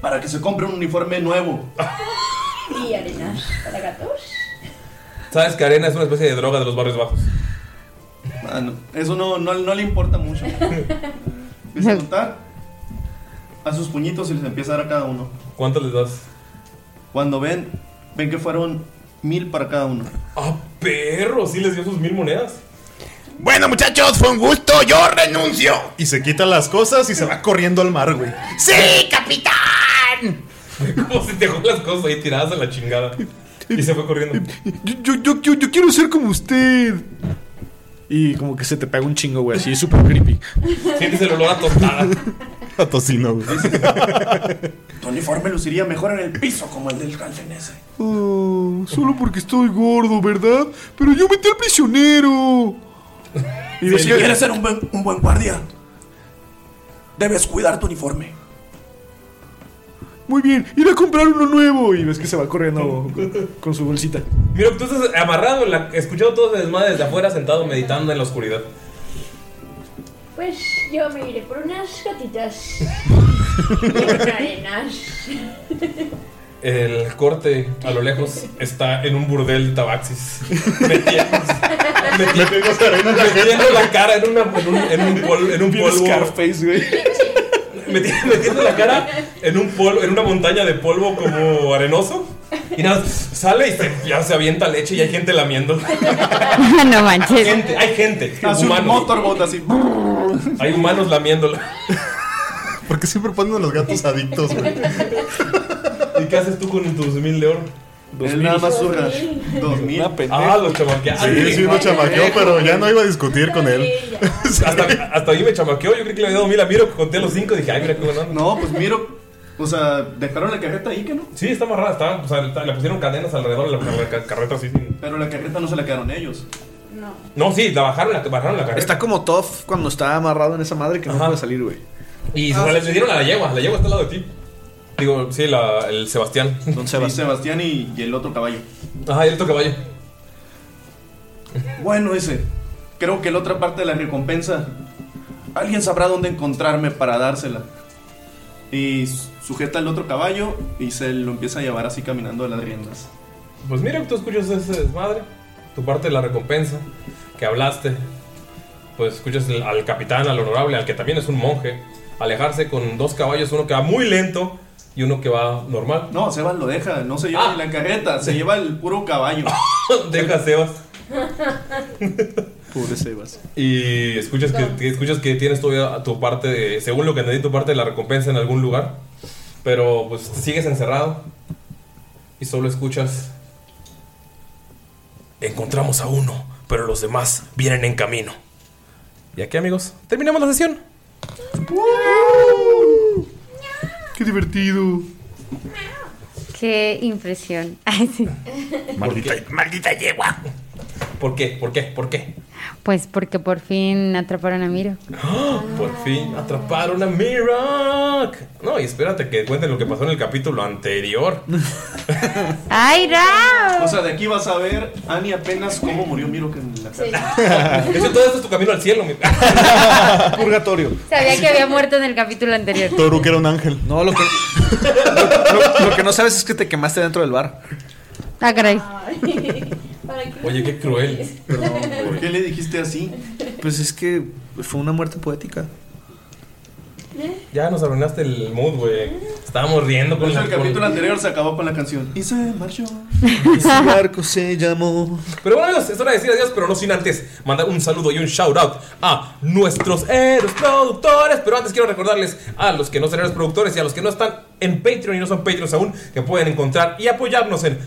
Speaker 12: para que se compre un uniforme nuevo.
Speaker 15: Y arena para gatos.
Speaker 5: Sabes que arena es una especie de droga de los barrios bajos.
Speaker 12: Ah, no. Eso no, no, no le importa mucho. Empieza a contar a sus puñitos y les empieza a dar a cada uno.
Speaker 5: ¿Cuántos les das?
Speaker 12: Cuando ven, ven que fueron mil para cada uno.
Speaker 5: ¡Ah, perro! Sí les dio sus mil monedas.
Speaker 7: Bueno, muchachos, fue un gusto. Yo renuncio. Y se quita las cosas y se va corriendo al mar, güey.
Speaker 14: ¡Sí, capitán!
Speaker 5: Como si te dejó las cosas ahí tiradas a la chingada. Y se fue corriendo.
Speaker 9: Yo, yo, yo, yo, yo quiero ser como usted. Y como que se te pega un chingo, güey, así súper creepy.
Speaker 5: Sientes el olor a tostada.
Speaker 3: A tocino, güey.
Speaker 12: Tu uniforme luciría mejor en el piso como el del calfenese.
Speaker 13: Oh, solo porque estoy gordo, ¿verdad? Pero yo metí al prisionero.
Speaker 11: Y si quieres ser un buen, un buen guardia, debes cuidar tu uniforme.
Speaker 9: Muy bien, ir a comprar uno nuevo. Y ves que se va corriendo con su bolsita.
Speaker 5: Mira, tú estás amarrado, en la, escuchado todo ese desmadre desde afuera, sentado meditando en la oscuridad.
Speaker 10: Pues yo me iré por unas gatitas. Unas arenas.
Speaker 5: El corte a lo lejos está en un burdel de tabaxis. Metiendo, metiendo- metiendo la cara en, una, en un, en un pol- en un polvo. Meti- metiendo la cara en un polvo, en una montaña de polvo como arenoso. Y nada, sale y se- ya se avienta leche y hay gente lamiendo.
Speaker 6: no manches.
Speaker 5: Gente, hay gente.
Speaker 6: Hace un
Speaker 5: motorboat así. Hay humanos lamiéndola.
Speaker 3: Porque siempre ponen a los gatos adictos, güey.
Speaker 5: ¿Y qué haces tú con tus mil de oro?
Speaker 3: Él nada más suena.
Speaker 5: Dos mil. Ah, los chamaqueaste.
Speaker 3: Sí, sí, lo chamaqueó, pero ya no iba a discutir con él.
Speaker 5: Hasta, hasta ahí me chamaqueó. Yo creí que le había dado mil a Miro. que Conté los cinco y dije, ay, mira qué bueno.
Speaker 12: No, pues Miro. O sea, dejaron la carreta ahí, que no?
Speaker 5: Sí, está amarrada. Está, o sea, está- le pusieron cadenas alrededor de la, la ca- carreta. Así.
Speaker 12: Pero la carreta no se la quedaron ellos.
Speaker 16: No.
Speaker 5: No, sí, la bajaron, la, bajaron la carreta.
Speaker 9: Está como Toff cuando está amarrado en esa madre que no puede salir, güey.
Speaker 5: Y se le dieron a la yegua. La yegua está al lado de ti. Digo, sí, la- el Sebastián. Don
Speaker 12: Sebastián. Sebastián y, y el otro caballo.
Speaker 5: Ajá, y el otro caballo.
Speaker 12: Bueno, ese. Creo que la otra parte de la recompensa. Alguien sabrá dónde encontrarme para dársela. Y sujeta el otro caballo y se lo empieza a llevar así caminando de las riendas.
Speaker 5: Pues mira, tú escuchas ese desmadre, tu parte de la recompensa que hablaste. Pues escuchas el- al capitán, al honorable, al que también es un monje, alejarse con dos caballos, uno que va muy lento y uno que va normal. Ah.
Speaker 12: No, Sebas lo deja, no se lleva ni la carreta, se lleva el puro caballo.
Speaker 5: deja a Sebas.
Speaker 9: Pobre Sebas.
Speaker 5: Y escuchas que, que escuchas que tienes todavía tu parte, de- según lo que entendí, tu parte de la recompensa en algún lugar. Pero pues te sigues encerrado y solo escuchas. Encontramos a uno, pero los demás vienen en camino. Y aquí, amigos, terminamos la sesión.
Speaker 9: Qué divertido.
Speaker 6: Qué impresión. Ay, sí.
Speaker 5: Maldita, maldita yegua. ¿Por qué? ¿Por qué? ¿Por qué?
Speaker 6: Pues porque por fin atraparon a Miro.
Speaker 5: Por fin atraparon a Mirak. No, y espérate que cuenten lo que pasó en el capítulo anterior.
Speaker 6: ¡Ay, Ra!
Speaker 12: O sea, de aquí vas a ver, Ani, apenas cómo murió Miro que en la carreta.
Speaker 5: De hecho, todo esto es tu camino al cielo, mi
Speaker 9: Purgatorio.
Speaker 6: Sabía que había muerto en el capítulo anterior.
Speaker 9: Toruk era un ángel. No, lo que, lo, lo- lo que no sabes es que te quemaste dentro del bar.
Speaker 6: Ah, caray.
Speaker 5: Oye, qué cruel.
Speaker 12: ¿Por qué le dijiste así?
Speaker 9: Pues es que fue una muerte poética.
Speaker 5: Ya nos arruinaste el mood, güey. Estábamos riendo con
Speaker 12: Pues el
Speaker 5: con-
Speaker 12: capítulo anterior se acabó con la canción. Y se marchó.
Speaker 9: Ese barco se llamó.
Speaker 5: Pero bueno, amigos, es hora de decir adiós, pero no sin antes mandar un saludo y un shout out a nuestros héroes productores. Pero antes quiero recordarles a los que no son héroes productores y a los que no están en Patreon y no son Patreons aún, que pueden encontrar y apoyarnos en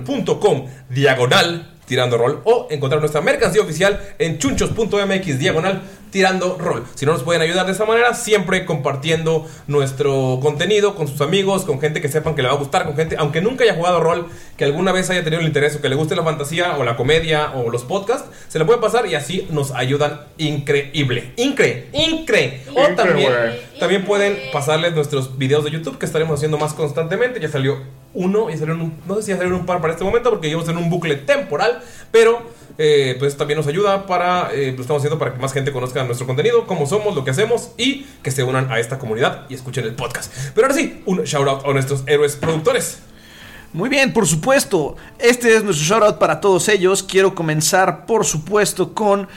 Speaker 5: patreon.com diagonal tirando rol o encontrar nuestra mercancía oficial en chunchos.mx diagonal tirando rol. Si no nos pueden ayudar de esa manera, siempre compartiendo nuestro contenido con sus amigos, con gente que sepan que le va a gustar, con gente, aunque nunca haya jugado rol, que alguna vez haya tenido el interés o que le guste la fantasía o la comedia o los podcasts, se la pueden pasar y así nos ayudan increíble. Incre, incre. O también, también pueden pasarles nuestros videos de YouTube que estaremos haciendo más constantemente. Ya salió uno, ya salieron un- no sé si ya salieron un par para este momento porque llevamos en un bucle temporal, pero eh, pues también nos ayuda para, eh, lo estamos haciendo para que más gente conozca nuestro contenido, cómo somos, lo que hacemos y que se unan a esta comunidad y escuchen el podcast. Pero ahora sí, un shout out a nuestros héroes productores.
Speaker 9: Muy bien, por supuesto. Este es nuestro shoutout para todos ellos. Quiero comenzar, por supuesto, con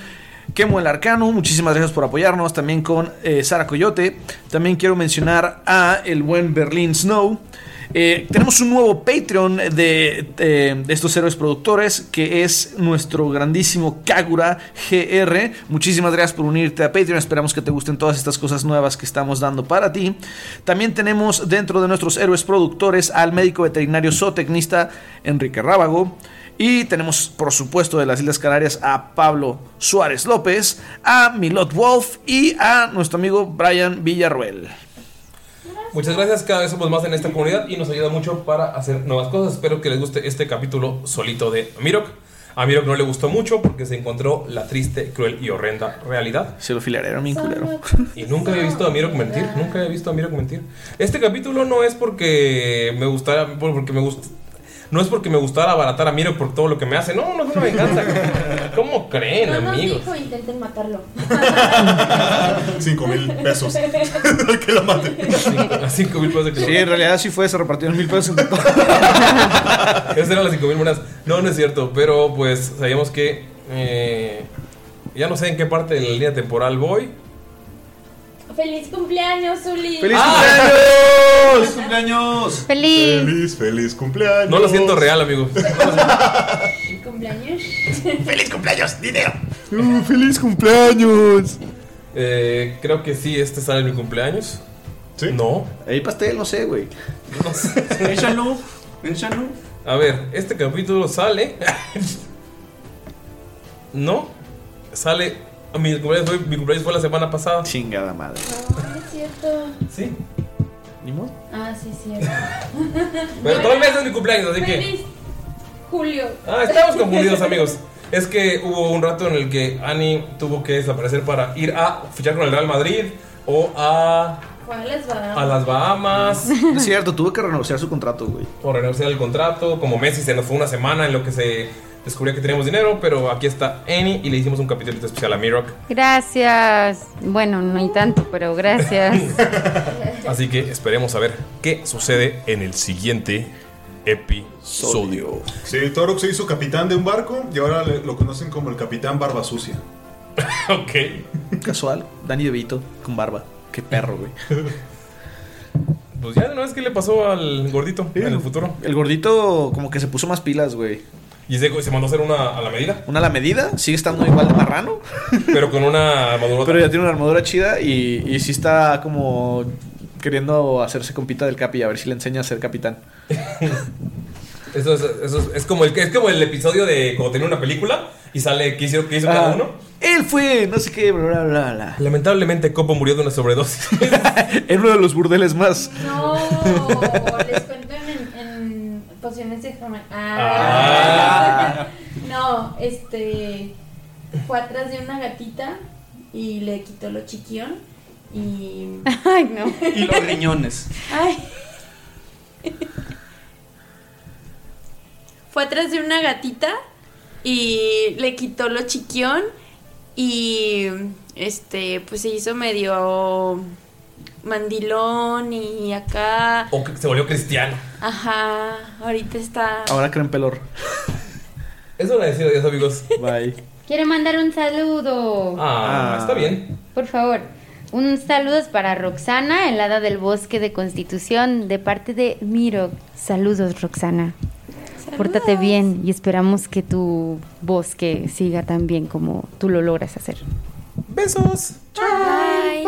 Speaker 9: Kemo el Arcano. Muchísimas gracias por apoyarnos. También con eh, Sara Coyote. También quiero mencionar a el buen Berlin Snow. Eh, tenemos un nuevo Patreon de, eh, de estos héroes productores que es nuestro grandísimo Kagura GR. Muchísimas gracias por unirte a Patreon. Esperamos que te gusten todas estas cosas nuevas que estamos dando para ti. También tenemos dentro de nuestros héroes productores al médico veterinario zootecnista Enrique Rábago. Y tenemos, por supuesto, de las Islas Canarias a Pablo Suárez López, a Milot Wolf y a nuestro amigo Brian Villarruel.
Speaker 5: Muchas gracias, cada vez somos más en esta comunidad y nos ayuda mucho para hacer nuevas cosas. Espero que les guste este capítulo solito de Mirok. A Miro no le gustó mucho porque se encontró la triste, cruel y horrenda realidad.
Speaker 13: Se lo filarearon bien culero.
Speaker 5: Y nunca había visto a Miro mentir, nunca había visto a Miro mentir. Este capítulo no es porque me gustara, porque me gust- no es porque me gustara abaratar a Miro por todo lo que me hace. No, no es una venganza. ¿Cómo creen,
Speaker 15: No nos
Speaker 5: amigos?
Speaker 15: dijo, intenten matarlo.
Speaker 3: 5 mil pesos.
Speaker 5: que lo mate. A 5 mil pesos de que lo
Speaker 13: Sí, en realidad sí fue, se repartieron mil pesos entre todos.
Speaker 5: Esas eran las 5.000 monedas. No, no es cierto, pero pues sabíamos que... eh, ya no sé en qué parte de la línea temporal voy.
Speaker 15: ¡Feliz cumpleaños, Uli!
Speaker 5: ¡Feliz
Speaker 13: cumpleaños! cumpleaños!
Speaker 6: ¡Feliz!
Speaker 3: Feliz, feliz cumpleaños.
Speaker 5: No lo siento real, amigos.
Speaker 15: ¿Cumpleaños?
Speaker 12: ¡Feliz cumpleaños! ¡Dinero!
Speaker 5: ¡Feliz cumpleaños! creo que sí, este sale en mi cumpleaños. ¿Sí? No.
Speaker 13: Hay pastel, no sé, güey.
Speaker 12: Échalo, échalo.
Speaker 5: A ver, este capítulo sale. no. Sale. Mi cumpleaños, fue, mi cumpleaños fue la semana pasada.
Speaker 13: Chingada madre.
Speaker 15: No es cierto.
Speaker 5: Sí. Ni modo.
Speaker 15: Ah, sí, es cierto.
Speaker 5: Pero todavía es mi cumpleaños, así que.
Speaker 15: ¡Feliz Julio!
Speaker 5: Ah, estamos confundidos, amigos. Es que hubo un rato en el que Annie tuvo que desaparecer para ir a fichar con el Real Madrid o a,
Speaker 15: ¿Cuáles
Speaker 5: a las Bahamas.
Speaker 13: Es cierto, tuve que renegociar su contrato, güey.
Speaker 5: O renegociar el contrato. Como Messi se nos fue una semana en lo que se descubrió que teníamos dinero. Pero aquí está Annie y le hicimos un capítulo especial a Mirock.
Speaker 6: Gracias. Bueno, no hay tanto, pero gracias.
Speaker 5: Así que esperemos a ver qué sucede en el siguiente episodio.
Speaker 3: Sí, Torok se hizo capitán de un barco y ahora le- lo conocen como el capitán Barba Sucia.
Speaker 13: ok. Casual, Dani DeVito con barba. Qué perro, güey.
Speaker 5: Pues ya, ¿no es que le pasó al gordito en el futuro?
Speaker 13: El gordito como que se puso más pilas, güey.
Speaker 5: ¿Y se, se mandó a hacer una a la medida?
Speaker 13: Una a la medida, sigue estando igual de marrano.
Speaker 5: Pero con una armadura.
Speaker 13: Pero ya tiene una armadura chida y, y sí está como queriendo hacerse compita del capi, a ver si le enseña a ser capitán.
Speaker 5: Eso es, eso es, es como el, es como el episodio de cuando tenía una película y sale qué hizo, qué hizo cada
Speaker 13: Ah,
Speaker 5: uno.
Speaker 13: Él fue, no sé qué, bla, bla, bla, bla.
Speaker 5: Lamentablemente Copo murió de una sobredosis.
Speaker 13: en uno de los burdeles más.
Speaker 15: No, les cuento en, en pociones de Germán.
Speaker 13: Ah.
Speaker 15: No, este. Fue atrás de una gatita y le quitó lo chiquión. Y.
Speaker 6: Ay, no.
Speaker 12: Y los riñones.
Speaker 15: Ay.
Speaker 10: Fue atrás de una gatita y le quitó lo chiquión y este pues se hizo medio mandilón y acá
Speaker 5: O que se volvió cristiano.
Speaker 10: ajá ahorita está
Speaker 13: Ahora creen pelor.
Speaker 5: Eso lo decía adiós, amigos.
Speaker 13: Bye.
Speaker 6: Quiero mandar un saludo.
Speaker 5: Ah,
Speaker 13: Ah.
Speaker 5: está bien.
Speaker 6: Por favor. Un saludo para Roxana, el hada del bosque de Constitución, de parte de Miro. Saludos, Roxana. Pórtate bien y esperamos que tu bosque siga tan bien como tú lo logras hacer.
Speaker 5: Besos.
Speaker 15: Bye.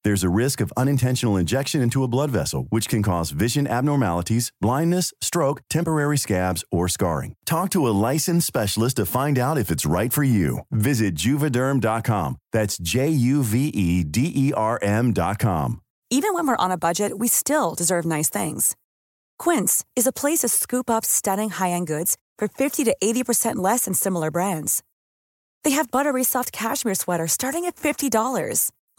Speaker 17: There's a risk of unintentional injection into a blood vessel, which can cause vision abnormalities, blindness, stroke, temporary scabs, or scarring. Talk to a licensed specialist to find out if it's right for you. Visit juvederm.com. That's J U V E D E R M.com.
Speaker 18: Even when we're on a budget, we still deserve nice things. Quince is a place to scoop up stunning high end goods for 50 to 80% less than similar brands. They have buttery soft cashmere sweaters starting at $50,